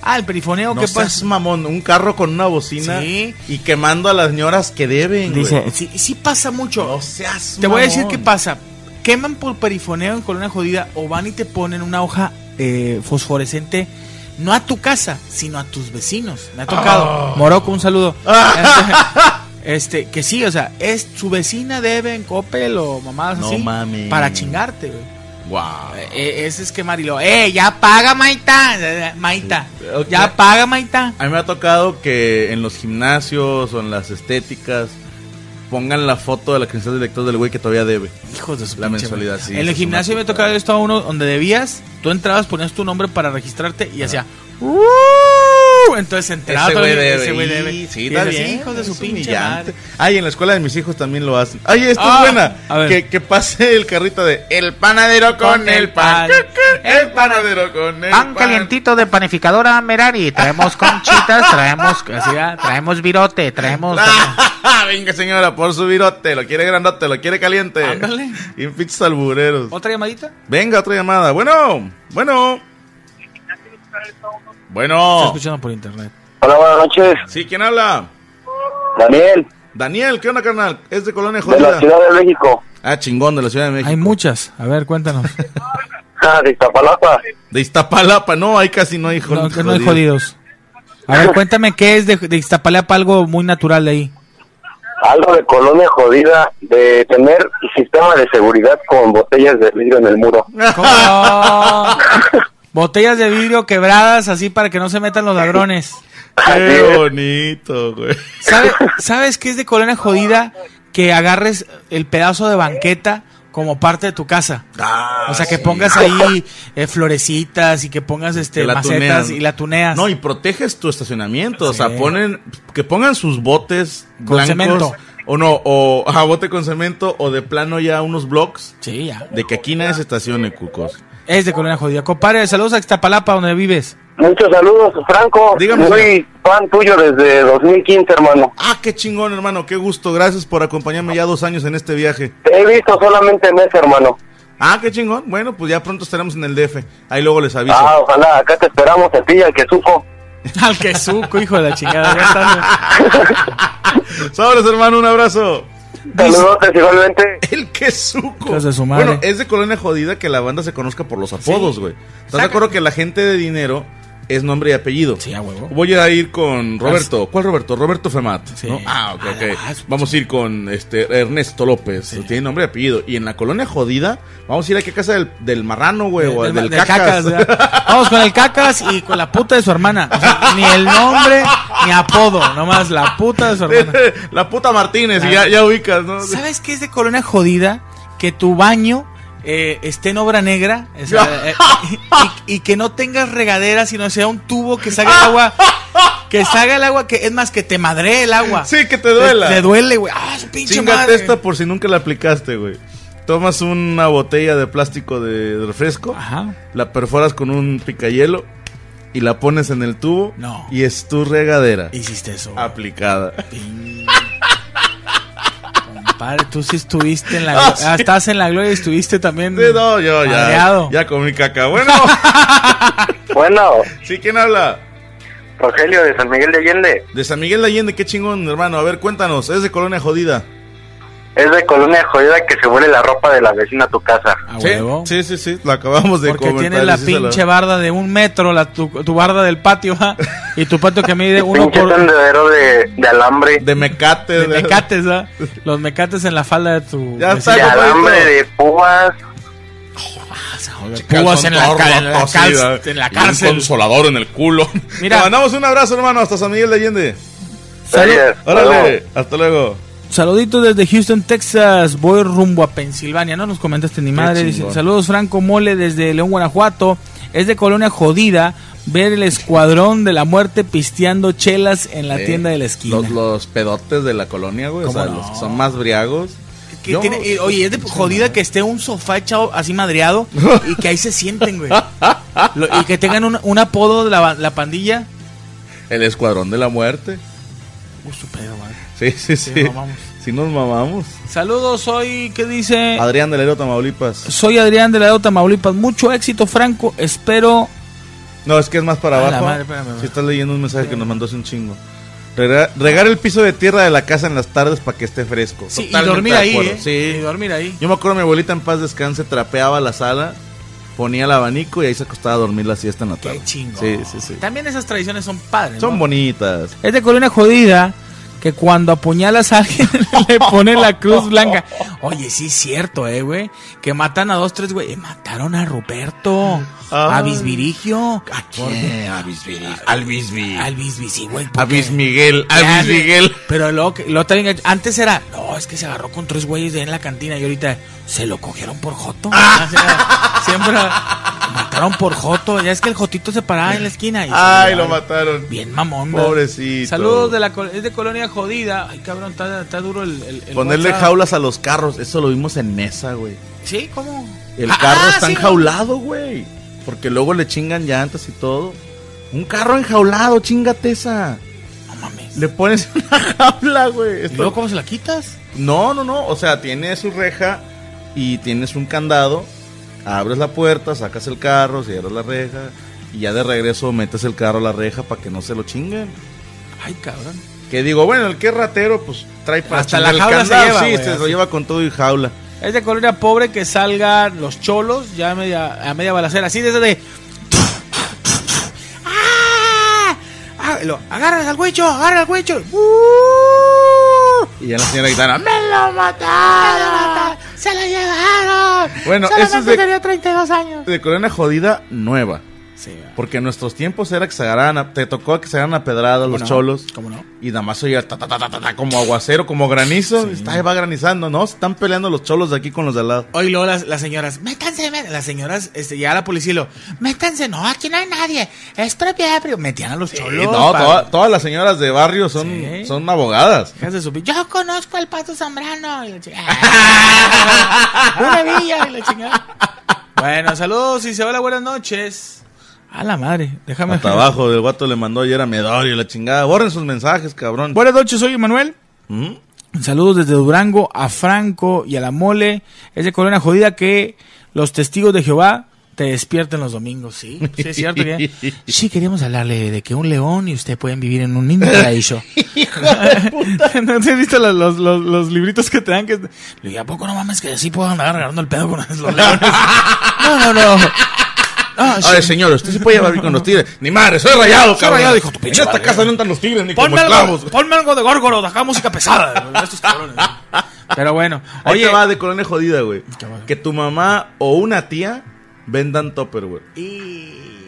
Speaker 2: Ah, el perifoneo,
Speaker 3: No
Speaker 2: ¿qué
Speaker 3: seas
Speaker 2: pasa?
Speaker 3: mamón, un carro con una bocina
Speaker 2: Sí.
Speaker 3: y quemando a las señoras que deben.
Speaker 2: Dice,
Speaker 3: güey.
Speaker 2: sí, sí pasa mucho.
Speaker 3: no seas
Speaker 2: Te voy a decir
Speaker 3: mamón.
Speaker 2: qué pasa. Queman por perifoneo en colonia jodida o van y te ponen una hoja eh, fosforescente, no a tu casa, sino a tus vecinos. Me ha tocado.
Speaker 3: Ah.
Speaker 2: Moroco, un saludo. Este, este, que sí, o sea, es su vecina debe en Coppel o mamadas
Speaker 3: No
Speaker 2: así.
Speaker 3: mames.
Speaker 2: Para chingarte, güey.
Speaker 3: Guau.
Speaker 2: Eh, ese es que Marilo, ¡eh! Ya paga, Maita. eh, Maita.
Speaker 3: Sí, ok.
Speaker 2: Ya paga, Maita.
Speaker 3: A mí me ha tocado que en los gimnasios o en las estéticas pongan la foto de la credencial de lector del güey que todavía debe.
Speaker 2: Hijos de su
Speaker 3: La
Speaker 2: pinche
Speaker 3: mensualidad,
Speaker 2: madre.
Speaker 3: sí,
Speaker 2: En
Speaker 3: eso
Speaker 2: el
Speaker 3: es
Speaker 2: gimnasio
Speaker 3: una
Speaker 2: me
Speaker 3: putada.
Speaker 2: tocaba esto a uno donde debías, tú entrabas, ponías tu nombre para registrarte y hacía. "Uh", Entonces se enteraba.
Speaker 3: Ese
Speaker 2: todo
Speaker 3: güey
Speaker 2: el-
Speaker 3: debe.
Speaker 2: ese güey debe.
Speaker 3: Y- Sí,
Speaker 2: Y
Speaker 3: está
Speaker 2: decía,
Speaker 3: bien.
Speaker 2: Hijos de su
Speaker 3: es
Speaker 2: pinche madre.
Speaker 3: humillante. Ay, en la escuela de mis hijos también lo hacen. Ay, esto
Speaker 2: Ah,
Speaker 3: es buena.
Speaker 2: a ver.
Speaker 3: Que, que pase el carrito de el panadero con, el pan. El panadero con el pan.
Speaker 6: Pan calientito de panificadora Merari. Traemos conchitas, traemos, así, ah, traemos virote, traemos.
Speaker 3: Ah, Venga, señora, por su virote. Lo quiere grandote, lo quiere caliente.
Speaker 2: Ándale.
Speaker 3: Y en pinches albureros.
Speaker 2: ¿Otra llamadita?
Speaker 3: Venga, otra llamada. Bueno, bueno.
Speaker 2: Estoy
Speaker 3: Bueno.
Speaker 2: escuchando por internet.
Speaker 4: Hola, buenas noches.
Speaker 3: Sí, ¿quién habla?
Speaker 4: Daniel,
Speaker 3: Daniel, ¿qué onda, carnal? Es de Colonia
Speaker 4: de la
Speaker 3: Jodida.
Speaker 4: Ciudad de México.
Speaker 3: Ah, chingón, de la Ciudad de México.
Speaker 2: Hay muchas. A ver, cuéntanos.
Speaker 4: Ah, de Iztapalapa.
Speaker 3: De Iztapalapa, no, ahí casi no hay
Speaker 2: no,
Speaker 3: jodidos.
Speaker 2: que no hay jodidos. A ver, cuéntame qué es de, de Iztapalapa, algo muy natural de ahí.
Speaker 4: Algo de colonia jodida de tener sistema de seguridad con botellas de vidrio en el muro.
Speaker 2: Oh, botellas de vidrio quebradas así para que no se metan los ladrones.
Speaker 3: Qué bonito, güey.
Speaker 2: ¿Sabe- ¿Sabes qué es de colonia jodida? Que agarres el pedazo de banqueta como parte de tu casa.
Speaker 3: Ah,
Speaker 2: o sea, que
Speaker 3: sí.
Speaker 2: pongas ahí eh, florecitas y que pongas este
Speaker 3: Que la
Speaker 2: macetas
Speaker 3: tunean.
Speaker 2: y la tuneas.
Speaker 3: No, y proteges tu estacionamiento. O sea,
Speaker 2: Sí.
Speaker 3: ponen, que pongan sus botes
Speaker 2: Con
Speaker 3: blancos.
Speaker 2: cemento.
Speaker 3: O no, o a bote con cemento, o de plano ya unos blocks
Speaker 2: Sí, ya.
Speaker 3: de que aquí nadie se estacione, cucos.
Speaker 2: Es de Colonia Jodida. Compadre, saludos a Ixtapalapa, donde vives.
Speaker 4: Muchos saludos, Franco.
Speaker 3: Dígame,
Speaker 4: Soy fan tuyo desde 2015, hermano.
Speaker 3: Ah, qué chingón, hermano, qué gusto. Gracias por acompañarme ya dos años en este viaje.
Speaker 4: Te he visto solamente en ese, hermano.
Speaker 3: Ah, qué chingón. Bueno, pues ya pronto estaremos en el DF. Ahí luego les aviso.
Speaker 4: Ah, ojalá, acá te esperamos a ti y al que supo.
Speaker 2: Al que suco, hijo de la chingada. ya está.
Speaker 3: Sobres, hermano, un abrazo.
Speaker 4: Saludos igualmente.
Speaker 3: El quesuco.
Speaker 2: Hijos de su madre.
Speaker 3: Bueno, es de colonia jodida que la banda se conozca por los apodos, güey. ¿Estás de acuerdo que la gente de dinero es nombre y apellido?
Speaker 2: Sí, a huevo.
Speaker 3: Voy a ir con Roberto. ¿Cuál Roberto? Roberto Femat.
Speaker 2: Sí.
Speaker 3: ¿no? Ah, ok,
Speaker 2: Ah, la
Speaker 3: ok.
Speaker 2: vas,
Speaker 3: Vamos a ir con este Ernesto López. Tiene nombre y apellido. Y en la colonia jodida, vamos a ir aquí a casa del, del marrano, güey, o
Speaker 2: Del-
Speaker 3: del,
Speaker 2: del
Speaker 3: cacas.
Speaker 2: ¿verdad? Vamos con el cacas y con la puta de su hermana. O sea, ni el nombre ni apodo, nomás la puta de su hermana.
Speaker 3: la puta Martínez, y ya, ya ubicas, ¿no?
Speaker 2: ¿Sabes qué es de colonia jodida? Que tu baño eh, esté en obra negra o sea, eh, y, y- y que no tengas regadera, sino sea un tubo que salga el agua. Que salga el agua, que es más que te madre el agua.
Speaker 3: Sí, que te duela.
Speaker 2: Te, te duele, güey. Ah, su pinche
Speaker 3: Chingate
Speaker 2: madre.
Speaker 3: esta por si nunca la aplicaste, güey. Tomas una botella de plástico de de refresco,
Speaker 2: Ajá.
Speaker 3: la perforas con un picayelo y la pones en el tubo
Speaker 2: No.
Speaker 3: y es tu regadera
Speaker 2: Hiciste eso.
Speaker 3: Ah,
Speaker 2: güey.
Speaker 3: aplicada.
Speaker 2: Pin- Compadre, tú sí estuviste en la gloria.
Speaker 3: Ah, sí.
Speaker 2: Estás en la gloria y estuviste también.
Speaker 3: Sí, no, yo ya,
Speaker 2: Mm. madreado.
Speaker 3: ya comí caca. Bueno,
Speaker 4: Bueno,
Speaker 3: sí, ¿quién habla?
Speaker 4: Rogelio de San Miguel de Allende
Speaker 3: De San Miguel de Allende, qué chingón, hermano. A ver, cuéntanos, es de Colonia Jodida.
Speaker 4: es de colonia jodida que se huele la ropa de la vecina a tu casa.
Speaker 2: A
Speaker 3: sí,
Speaker 2: huevo.
Speaker 3: sí, sí, sí, la acabamos de
Speaker 2: Porque
Speaker 3: comentar,
Speaker 2: tienes la
Speaker 3: sí, se la-
Speaker 2: pinche barda de un metro, la, tu, tu barda del patio, ¿ah? y tu patio que mide uno
Speaker 4: Pinche
Speaker 2: por
Speaker 4: tendedero de, de alambre, de,
Speaker 3: De mecate.
Speaker 2: de
Speaker 3: de-
Speaker 2: mecates, ¿ah? los mecates en la falda de tu
Speaker 3: Ya
Speaker 2: vecino.
Speaker 3: está, compadre,
Speaker 4: alambre,
Speaker 3: todo.
Speaker 4: de púas.
Speaker 2: Joder, púas en la,
Speaker 3: Calzón
Speaker 2: ca-
Speaker 3: todo
Speaker 2: en la
Speaker 3: roto,
Speaker 2: cal-
Speaker 3: sí, ¿verdad?
Speaker 2: en la
Speaker 3: Y un
Speaker 2: cárcel.
Speaker 3: consolador en el culo.
Speaker 2: Mira.
Speaker 3: Mira. Te mandamos un abrazo, hermano, hasta San Miguel de Allende.
Speaker 4: Gracias.
Speaker 3: Órale, Ah, hasta luego.
Speaker 2: Saludito desde Houston, Texas. Voy rumbo a Pensilvania. No nos comentaste ni madre. Dice,
Speaker 3: chingón.
Speaker 2: Saludos, Franco Mole, desde León, Guanajuato. Es de Colonia Jodida ver el escuadrón de la muerte pisteando chelas en la
Speaker 3: Eh,
Speaker 2: tienda de la esquina.
Speaker 3: Los, los pedotes de la colonia, güey. O
Speaker 2: ¿Cómo
Speaker 3: sea,
Speaker 2: no?
Speaker 3: los que son más briagos.
Speaker 2: Que
Speaker 3: Yo-
Speaker 2: tiene- y, oye, es de jodida que esté un sofá echado así madreado y que ahí se sienten, güey. Lo- y que tengan un, un apodo de la, la pandilla.
Speaker 3: El escuadrón de la muerte.
Speaker 2: Uy, su pedo, güey.
Speaker 3: Sí, sí, sí.
Speaker 2: Sí, nos mamamos.
Speaker 3: Sí, nos mamamos.
Speaker 2: Saludos, soy, ¿qué dice?
Speaker 3: Adrián de Lero, Tamaulipas.
Speaker 2: Soy Adrián de la Dota Tamaulipas. Mucho éxito, Franco. Espero
Speaker 3: No, es que es más para
Speaker 2: A Ah, la
Speaker 3: abajo.
Speaker 2: madre, espérame,
Speaker 3: Si
Speaker 2: espérame.
Speaker 3: estás leyendo un mensaje que nos mandó hace un chingo. Rega- Regar el piso de tierra de la casa en las tardes para que esté fresco.
Speaker 2: Sí, y
Speaker 3: Totalmente
Speaker 2: dormir
Speaker 3: de
Speaker 2: ahí,
Speaker 3: acuerdo.
Speaker 2: ¿eh?
Speaker 3: Sí.
Speaker 2: Y dormir ahí.
Speaker 3: Yo me acuerdo mi abuelita en paz descanse trapeaba la sala, ponía el abanico y ahí se acostaba a dormir la siesta en la tarde.
Speaker 2: Qué chingón.
Speaker 3: Sí, sí, sí.
Speaker 2: También esas tradiciones son padres.
Speaker 3: Son
Speaker 2: ¿no?
Speaker 3: bonitas.
Speaker 2: Es de colonia jodida que cuando apuñalas a alguien le pone la cruz blanca. Oye, sí es cierto, eh, güey. Que matan a dos, tres, güey. Eh, Mataron a Ruperto, a
Speaker 3: Ay.
Speaker 2: Bisbirigio. ¿A Eh, Al Bisbi, sí, güey. ¿por qué?
Speaker 3: Miguel,
Speaker 2: Ya, güey. Pero luego, que- luego también, antes era, no, es que se agarró con tres güeyes de en la cantina y ahorita se lo cogieron por Joto.
Speaker 3: Ah.
Speaker 2: Ah, Siempre mataron por Joto. Ya es que el Jotito se paraba en la esquina. Y se
Speaker 3: Ay, lo
Speaker 2: llevaban.
Speaker 3: mataron.
Speaker 2: Bien mamón, ¿verdad?
Speaker 3: Pobrecito.
Speaker 2: Saludos de la col- es de colonia jodida. Ay, cabrón, está, está duro el, el- el
Speaker 3: Ponerle
Speaker 2: WhatsApp.
Speaker 3: jaulas a los carros, eso lo vimos en Nesa, güey.
Speaker 2: Sí, ¿cómo?
Speaker 3: El
Speaker 2: Ah,
Speaker 3: carro
Speaker 2: ah,
Speaker 3: está
Speaker 2: sí,
Speaker 3: enjaulado, güey. Porque luego le chingan llantas y todo. Un carro enjaulado, chingate esa.
Speaker 2: No mames.
Speaker 3: Le pones una jaula, güey.
Speaker 2: ¿Y
Speaker 3: Esto-
Speaker 2: luego cómo se la quitas?
Speaker 3: No, no, no. O sea, tiene su reja y tienes un candado. Abres la puerta, sacas el carro, cierras la reja y ya de regreso metes el carro a la reja para que no se lo chinguen.
Speaker 2: Ay, cabrón.
Speaker 3: Que digo, bueno, el que es ratero, pues trae para
Speaker 2: Hasta
Speaker 3: chingar
Speaker 2: la
Speaker 3: el
Speaker 2: jaula se lleva,
Speaker 3: Sí,
Speaker 2: güey,
Speaker 3: se lo
Speaker 2: así.
Speaker 3: lleva con todo y jaula.
Speaker 2: Es de colonia pobre que salgan los cholos ya a media, a media balacera. Así desde de. ¡Ah! Ah, lo- ¡Agarra al güecho! ¡Agarra al güecho! ¡Uh!
Speaker 3: Y ya la señora gitana. "Me-".
Speaker 2: lo mataron! ¡Se lo llevaron!
Speaker 3: Bueno, eso es
Speaker 2: Solamente
Speaker 3: de-
Speaker 2: tenía 32 años.
Speaker 3: De corona jodida nueva.
Speaker 2: Sí, va.
Speaker 3: Porque en nuestros tiempos era que se agarraban, a- te tocó que se agarraran a pedradas
Speaker 2: ¿Cómo
Speaker 3: los
Speaker 2: no?
Speaker 3: cholos.
Speaker 2: ¿Cómo no?
Speaker 3: Y nada más oía ta, ta, ta, ta, ta, ta, como aguacero, como granizo. Está, ahí va granizando, ¿no? Se están peleando los cholos de aquí con los de al lado.
Speaker 2: Hoy luego las, las señoras, métanse, mé-". las señoras, este, ya la policía y lo, métanse, no, aquí no hay nadie, es propiedad privada". Metían a los cholos.
Speaker 3: Y Eh, no,
Speaker 2: pa-
Speaker 3: toda- todas las señoras de barrio son,
Speaker 2: Sí.
Speaker 3: son abogadas.
Speaker 2: hijas de su pi- Yo conozco al pato Zambrano. Y la chi- ¡Ah! Una villa y la chingada. Bueno, saludos y se hola, buenas noches. A la madre, déjame.
Speaker 3: Hasta abajo del guato le mandó ayer a Medorio la chingada. Borren sus mensajes, cabrón.
Speaker 2: Buenas noches, soy Emanuel.
Speaker 3: ¿Mm?
Speaker 2: Saludos desde Durango a Franco y a la Mole. Es de Corona Jodida que los testigos de Jehová te despierten los domingos, ¿sí? Sí, es cierto. que- Sí, queríamos hablarle de que un león y usted pueden vivir en un mismo paraíso. ¿No has visto los, los- los- los libritos que te dan? Que... Le dije, ¿a poco no mames que sí puedo andar agarrando el pedo con los leones? no, no, no. No,
Speaker 3: A ver, señor, usted se puede llevar bien con los tigres. Ni madre, soy rayado,
Speaker 2: Soy
Speaker 3: cabrón.
Speaker 2: rayado, hijo de tu
Speaker 3: En
Speaker 2: pinche
Speaker 3: esta
Speaker 2: madre.
Speaker 3: casa no entran los tigres ni
Speaker 2: Ponme
Speaker 3: como
Speaker 2: algo,
Speaker 3: esclavos.
Speaker 2: ponme algo de górgoro, deja música pesada. Estos cabrones. Pero bueno,
Speaker 3: Ahí
Speaker 2: oye.
Speaker 3: te va de colonia jodida, güey.
Speaker 2: Qué bueno.
Speaker 3: Que tu mamá o una tía vendan topper, güey.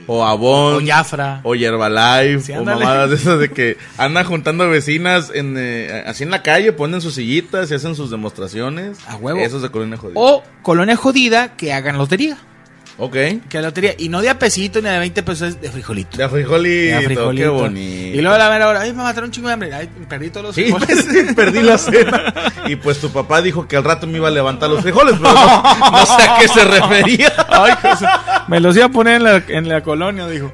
Speaker 3: O
Speaker 2: O
Speaker 3: abón.
Speaker 2: Jafra.
Speaker 3: O Herbalife,
Speaker 2: Sí,
Speaker 3: o
Speaker 2: ándale.
Speaker 3: mamadas de esas de que andan juntando vecinas en, eh, así en la calle, ponen sus sillitas y hacen sus demostraciones.
Speaker 2: A huevo.
Speaker 3: Eso es de colonia jodida.
Speaker 2: O colonia jodida que hagan lotería.
Speaker 3: Ok.
Speaker 2: Que hagan lotería. Y no de a pesito ni de 20 pesos, es de frijolito.
Speaker 3: De a frijolito,
Speaker 2: De a
Speaker 3: qué
Speaker 2: frijolito.
Speaker 3: bonito.
Speaker 2: Y luego la ver ahora, ay, mamá, trae un chingo de hambre. Ay, perdí todos los
Speaker 3: Sí,
Speaker 2: frijoles.
Speaker 3: pues, perdí la cena. Y pues tu papá dijo que al rato me iba a levantar los frijoles, pero no, no sé a qué se refería.
Speaker 2: Ay, José, me los iba a poner en la, en la colonia, dijo.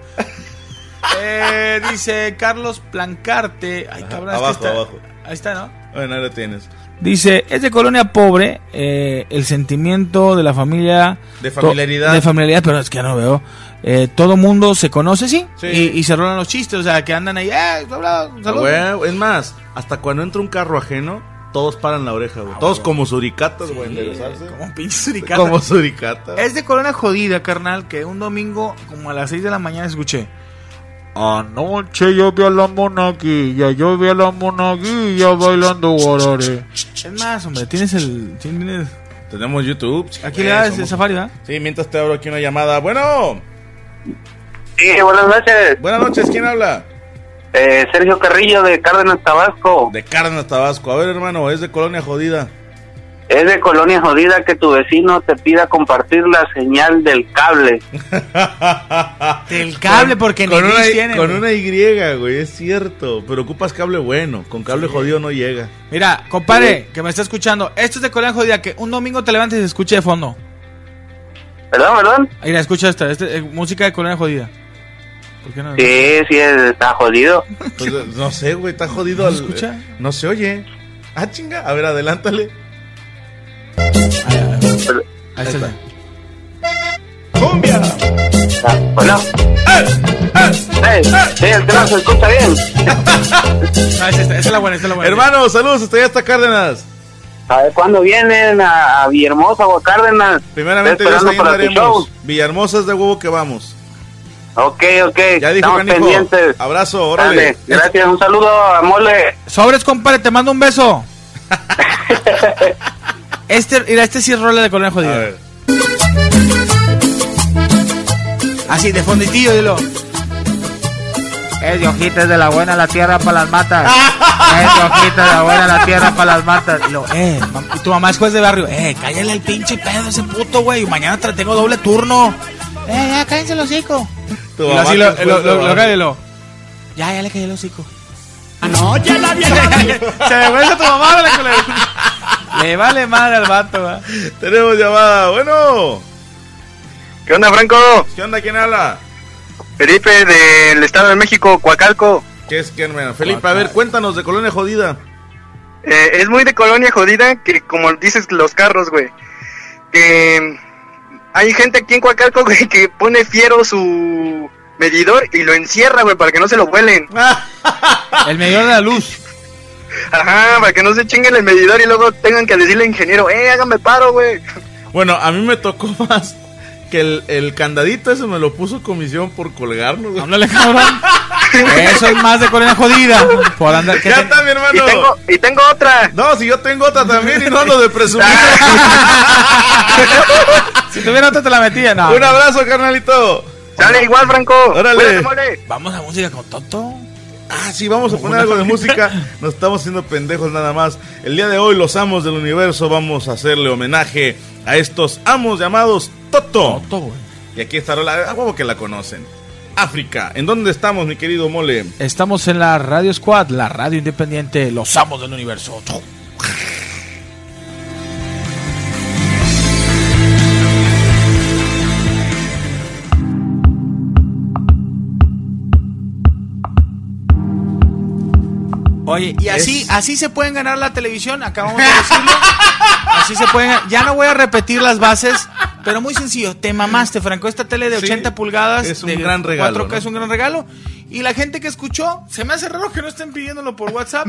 Speaker 2: Eh, dice Carlos Plancarte. Ay, cabrón, es que
Speaker 3: abajo,
Speaker 2: está-
Speaker 3: abajo.
Speaker 2: Ahí está, ¿no?
Speaker 3: Bueno, ahí lo tienes.
Speaker 2: Dice, es de colonia pobre, eh, el sentimiento de la familia...
Speaker 3: De familiaridad.
Speaker 2: to- De familiaridad, pero es que ya no veo. Eh, todo mundo se conoce, sí.
Speaker 3: Sí.
Speaker 2: Y, y se rolan los chistes, o sea, que andan ahí... Eh, hola,
Speaker 3: Ah,
Speaker 2: saludos".
Speaker 3: güey, es más, hasta cuando entra un carro ajeno, todos paran la oreja, güey. todos como suricatas, güey, enderezarse.
Speaker 2: Como un pinche suricata.
Speaker 3: Como suricatas.
Speaker 2: Es de colonia jodida, carnal, que un domingo, como a las 6 de la mañana, escuché...
Speaker 6: Anoche yo vi a la monaguilla, yo vi a la monaguilla bailando guarare.
Speaker 2: Es más, hombre, tienes el... tienes-
Speaker 3: Tenemos YouTube. sí,
Speaker 2: Aquí
Speaker 3: güey,
Speaker 2: le das el
Speaker 3: somos-
Speaker 2: safari, ¿verdad?
Speaker 3: Sí, mientras te abro aquí una llamada. Bueno,
Speaker 4: Sí, buenas noches.
Speaker 3: buenas noches, ¿quién habla?
Speaker 4: Eh, Sergio Carrillo de Cárdenas, Tabasco.
Speaker 3: De Cárdenas, Tabasco. A ver, hermano, es de Colonia Jodida.
Speaker 4: Es de colonia jodida que tu vecino te pida compartir la señal del cable.
Speaker 2: Del cable, porque ni
Speaker 3: con
Speaker 2: luz
Speaker 3: una,
Speaker 2: tienen,
Speaker 3: Con
Speaker 2: güey.
Speaker 3: una Y, güey, es cierto. Pero ocupas cable bueno. Con cable jodido no llega.
Speaker 2: Mira, compadre, que me está escuchando. Esto es de colonia jodida, que un domingo te levantes y se escuche de fondo.
Speaker 4: ¿Perdón, perdón?
Speaker 2: Mira, escucha esta, este, eh, música de colonia jodida. ¿Por qué no?
Speaker 4: Sí, sí, está jodido.
Speaker 3: Entonces, Pues, no sé, güey, está jodido.
Speaker 2: ¿No
Speaker 3: al-
Speaker 2: se escucha?
Speaker 3: eh, No se oye. Ah, chinga. A ver, adelántale.
Speaker 2: Ah, Ahí está.
Speaker 3: ¡Cumbia!
Speaker 4: Ah, Bueno. Eh, sí, es que no se escucha bien.
Speaker 2: No, es esta, esa es la buena, esa es la buena.
Speaker 3: Hermano, saludos hasta allá hasta Cárdenas.
Speaker 4: A ver cuándo vienen a, a Villahermosa o a Cárdenas.
Speaker 3: Primeramente,
Speaker 4: Estoy
Speaker 3: Dios,
Speaker 4: esperando
Speaker 3: ahí
Speaker 4: para tu
Speaker 3: andaremos.
Speaker 4: show.
Speaker 3: Villahermosas de huevo que vamos.
Speaker 4: Ok, ok.
Speaker 3: Ya dijo
Speaker 4: Estamos
Speaker 3: Canijo.
Speaker 4: pendientes.
Speaker 3: Abrazo,
Speaker 4: Dale,
Speaker 3: órale.
Speaker 4: gracias. Un saludo a Mole.
Speaker 2: Sobres, compadre, te mando un beso. este, mira, este sí es rola de colonia
Speaker 3: A
Speaker 2: jodida.
Speaker 3: ver.
Speaker 2: Así, de fonditillo, dilo.
Speaker 6: Es de hojitas de la buena la tierra para las matas. Es de
Speaker 3: ah,
Speaker 6: hojitas de la buena la tierra para las matas.
Speaker 2: Lo, eh, mam- y tu mamá es juez de barrio. Eh, cállale el pinche pedo a ese puto, güey. Mañana te- tengo doble turno. Eh, ya, cállense el hocico.
Speaker 3: Tu
Speaker 2: Y lo
Speaker 3: mamá
Speaker 2: así
Speaker 3: que
Speaker 2: lo,
Speaker 3: es juez
Speaker 2: lo-
Speaker 3: de
Speaker 2: pues, lo- lo-
Speaker 3: barrio.
Speaker 2: cállalo. Ya, ya le cayó el hocico. Se devuelve tu mamá, güey, la culera. Le vale madre al vato, va.
Speaker 3: Tenemos llamada. Bueno,
Speaker 4: ¿Qué onda, Franco?
Speaker 3: ¿qué onda? ¿Quién habla?
Speaker 4: Felipe del Estado de México, Coacalco.
Speaker 3: ¿Qué es quién, hermano? Felipe, a ver, cuéntanos de Colonia Jodida.
Speaker 4: Eh, es muy de colonia jodida que, como dices, los carros, güey. Que hay gente aquí en Coacalco, güey, que pone fiero su medidor y lo encierra, güey, para que no se lo vuelen.
Speaker 2: El medidor de la luz.
Speaker 4: Ajá, para que no se chinguen el medidor y luego tengan que decirle al ingeniero, eh, hágame paro, güey.
Speaker 3: Bueno, a mí me tocó más que el, el candadito ese me lo puso comisión por colgarnos. güey.
Speaker 2: Háblale, cabrón. Eso es más de colonia jodida. Por andar. que
Speaker 3: Ya
Speaker 2: te-
Speaker 3: está, mi
Speaker 4: Y
Speaker 3: hermano.
Speaker 4: tengo, y tengo otra.
Speaker 3: No, si yo tengo otra también y no ando de presumido.
Speaker 2: Si tuviera otra, te la metía. No.
Speaker 3: Un abrazo, carnalito.
Speaker 4: Dale, igual, Franco.
Speaker 3: Órale.
Speaker 4: Cuídate, mole.
Speaker 2: Vamos a música con Toto.
Speaker 3: Ah, sí, vamos a poner algo de música. Nos estamos haciendo pendejos nada más. El día de hoy, los amos del universo, vamos a hacerle homenaje a estos amos llamados Toto.
Speaker 2: Toto, güey.
Speaker 3: Y aquí está la a huevo que la conocen. África. ¿En dónde estamos, mi querido mole?
Speaker 2: Estamos en la Radio Squad, la radio independiente, los amos del universo. Oye, y así,
Speaker 3: Es-
Speaker 2: así se pueden ganar la televisión, acabamos de decirlo. Así se pueden gan- Ya no voy a repetir las bases, pero muy sencillo. Te mamaste, Franco. Esta tele de
Speaker 3: Sí,
Speaker 2: 80 pulgadas.
Speaker 3: es un
Speaker 2: de
Speaker 3: gran regalo,
Speaker 2: 4K,
Speaker 3: ¿no?
Speaker 2: Es un gran regalo. Y la gente que escuchó, se me hace raro que no estén pidiéndolo por WhatsApp.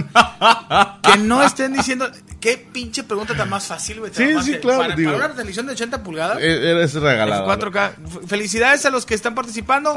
Speaker 2: que no estén diciendo. Qué pinche pregunta tan más fácil, güey. Te
Speaker 3: Sí,
Speaker 2: mamaste.
Speaker 3: sí, claro,
Speaker 2: Para,
Speaker 3: digo.
Speaker 2: para una televisión de 80 pulgadas.
Speaker 3: Eh, Eres regalado.
Speaker 2: 4K. F- Felicidades a los que están participando.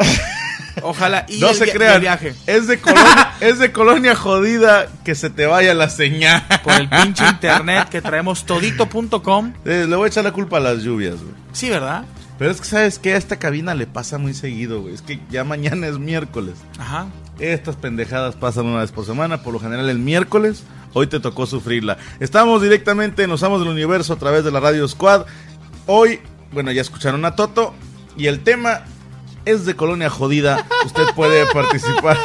Speaker 2: Ojalá. Y
Speaker 3: no
Speaker 2: el
Speaker 3: se
Speaker 2: via- y el
Speaker 3: crean.
Speaker 2: viaje.
Speaker 3: Es de, colonia, es de colonia jodida que se te vaya la señal.
Speaker 2: Por el pinche internet que traemos todito.com.
Speaker 3: Eh, le voy a echar la culpa a las lluvias, güey.
Speaker 2: Sí, ¿verdad?
Speaker 3: Pero es que, ¿sabes qué? A esta cabina le pasa muy seguido, güey. Es que ya mañana es miércoles.
Speaker 2: Ajá.
Speaker 3: Estas pendejadas pasan una vez por semana, por lo general el miércoles. Hoy te tocó sufrirla. Estamos directamente en Los Amos del Universo a través de la Radio Squad. Hoy, bueno, ya escucharon a Toto y el tema es de Colonia Jodida. Usted puede participar.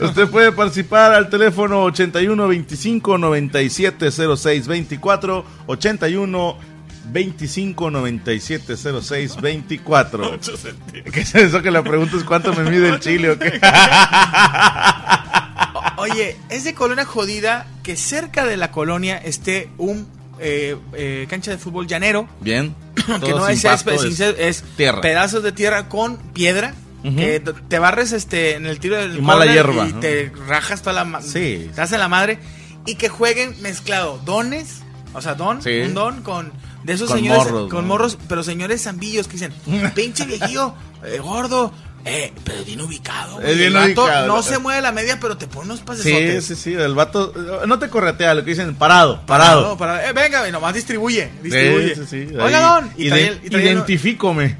Speaker 3: Usted puede participar al teléfono 81 25 97 06 24 81 25 97 06 24. ¿Qué es eso que la pregunta es cuánto me mide el chile o qué?
Speaker 2: Oye, es de colonia jodida que cerca de la colonia esté un eh, eh, cancha de fútbol llanero,
Speaker 3: Bien.
Speaker 2: que no es césped, sin césped, es,
Speaker 3: tierra.
Speaker 2: pedazos de tierra con piedra.
Speaker 3: Ujú.
Speaker 2: que t- te barres este en el tiro del
Speaker 3: Y mala
Speaker 2: corner
Speaker 3: hierba,
Speaker 2: y
Speaker 3: ¿no?
Speaker 2: te rajas toda la ma-
Speaker 3: Sí.
Speaker 2: te hacen la madre y que jueguen mezclado dones o sea don
Speaker 3: Sí.
Speaker 2: un don con de esos
Speaker 3: Con
Speaker 2: señores
Speaker 3: morros,
Speaker 2: con
Speaker 3: ¿no?
Speaker 2: morros pero señores zambillos que dicen pinche viejillo eh, gordo eh, pero bien ubicado güey".
Speaker 3: Es bien
Speaker 2: El vato
Speaker 3: ubicado.
Speaker 2: no se mueve la media pero te pone unos
Speaker 3: Sí,
Speaker 2: pasesotes
Speaker 3: sí, sí, el vato eh, no te corretea, lo que dicen, parado, parado.
Speaker 2: No, para- eh, venga, y nomás distribuye. Distribuye.
Speaker 3: Sí, sí, sí,
Speaker 2: Oiga,
Speaker 3: ahí.
Speaker 2: don. Y trae,
Speaker 3: Ide-
Speaker 2: el- y trae el,
Speaker 3: identifícome.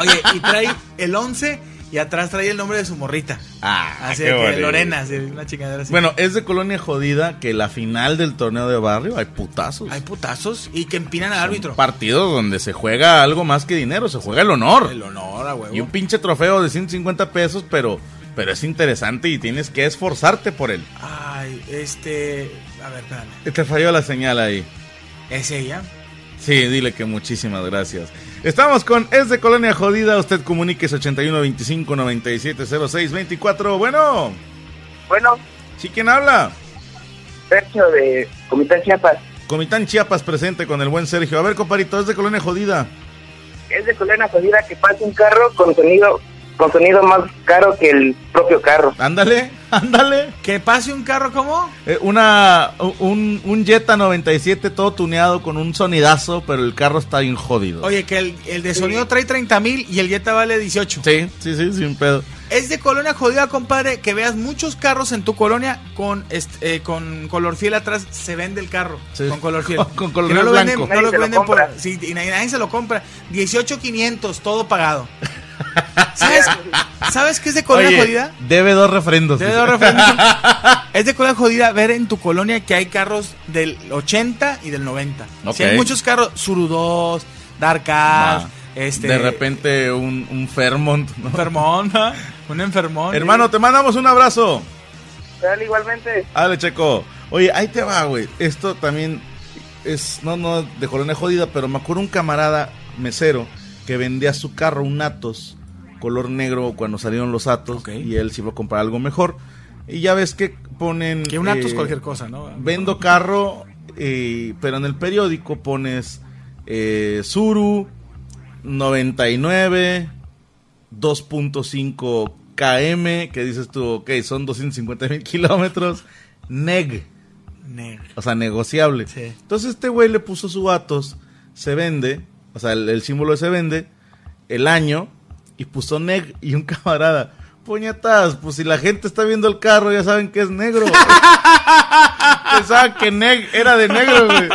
Speaker 2: oye, y trae el 11 y atrás trae el nombre de su morrita.
Speaker 3: Ah,
Speaker 2: Así
Speaker 3: qué
Speaker 2: de que
Speaker 3: bonito.
Speaker 2: Lorena, así, una chingadera así.
Speaker 3: Bueno, es de colonia jodida que la final del torneo de barrio hay putazos.
Speaker 2: hay putazos y que empinan al árbitro.
Speaker 3: Partidos donde se juega algo más que dinero, se juega el honor.
Speaker 2: El honor a
Speaker 3: Y un
Speaker 2: huevo.
Speaker 3: pinche trofeo de 150 pesos, pero, pero es interesante y tienes que esforzarte por él.
Speaker 2: Ay, este. A ver, espérame.
Speaker 3: Te falló la señal ahí.
Speaker 2: ¿Es ella?
Speaker 3: Sí, dile que muchísimas gracias. Estamos con Es de Colonia Jodida. Usted comunique 81 25 97 06 24. Bueno,
Speaker 5: Bueno,
Speaker 3: ¿sí quién habla?
Speaker 5: Sergio de Comité Chiapas.
Speaker 3: Comitán Chiapas presente con el buen Sergio. A ver, comparito, es de Colonia Jodida.
Speaker 5: Es de colena jodida que pase un carro con sonido con sonido más caro que el propio carro.
Speaker 3: Ándale, ándale.
Speaker 2: ¿Que pase un carro como?
Speaker 3: Eh, una, un, un Jetta 97 todo tuneado con un sonidazo, pero el carro está bien jodido.
Speaker 2: Oye, que el, el de sonido trae 30 mil y el Jetta vale 18.
Speaker 3: Sí, sí, sí, sin pedo.
Speaker 2: Es de colonia jodida, compadre, que veas muchos carros en tu colonia con este, eh, con color fiel atrás, se vende el carro
Speaker 3: Sí.
Speaker 2: con color fiel.
Speaker 3: Con- con color
Speaker 2: Que no lo
Speaker 3: blanco.
Speaker 2: venden, no
Speaker 5: Nadie
Speaker 2: lo
Speaker 5: se lo
Speaker 2: venden por-
Speaker 5: compra.
Speaker 2: sí, y nadie, nadie se lo compra. 18.500, todo pagado. ¿Sabes, ¿Sabes qué es de colonia
Speaker 3: Oye,
Speaker 2: jodida?
Speaker 3: Debe dos refrendos.
Speaker 2: Debe
Speaker 3: dice.
Speaker 2: de referencia. es de colonia jodida ver en tu colonia que hay carros del 80 y del 90.
Speaker 3: Ok.
Speaker 2: Si hay muchos carros, Suru 2, Dark
Speaker 3: Ah,
Speaker 2: Cars, este,
Speaker 3: De repente un, un Fairmont. ¿no?
Speaker 2: Enfermón, ¿no? un enfermón.
Speaker 3: Hermano, te mandamos un abrazo.
Speaker 5: Dale, igualmente.
Speaker 3: Ale, Checo. Oye, ahí te va, güey. Esto también es, no, no, de colonia jodida, pero me acuerdo un camarada mesero que vendía su carro, un Atos, color negro cuando salieron los Atos,
Speaker 2: Ok.
Speaker 3: y él se iba a comprar algo mejor. Y ya ves que ponen...
Speaker 2: Que un Atos
Speaker 3: eh,
Speaker 2: cualquier cosa, ¿no?
Speaker 3: Vendo carro, eh, pero en el periódico pones eh, Suru 99 2.5 km, que dices tú, ok, son 250 mil kilómetros, neg,
Speaker 2: Negro.
Speaker 3: o sea, negociable.
Speaker 2: Sí.
Speaker 3: Entonces este güey le puso su Atos, se vende, o sea, el, el símbolo de se vende, el año, y puso neg y un camarada. Puñetas, pues si la gente está viendo el carro, ya saben que es negro. Pensaban que neg era de negro, güey.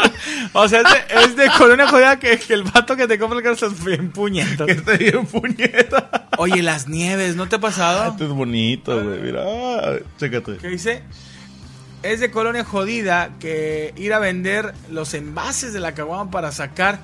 Speaker 2: O sea, es de, es de colonia jodida que, que el vato que te compra el carro estás bien puñetas.
Speaker 3: Que está bien puñeta.
Speaker 2: Oye, las nieves, ¿no te ha pasado?
Speaker 3: Esto Ah, este es bonito, güey. Mira, ah, chécate.
Speaker 2: Ah, que dice es de colonia jodida que ir a vender los envases de la caguama para sacar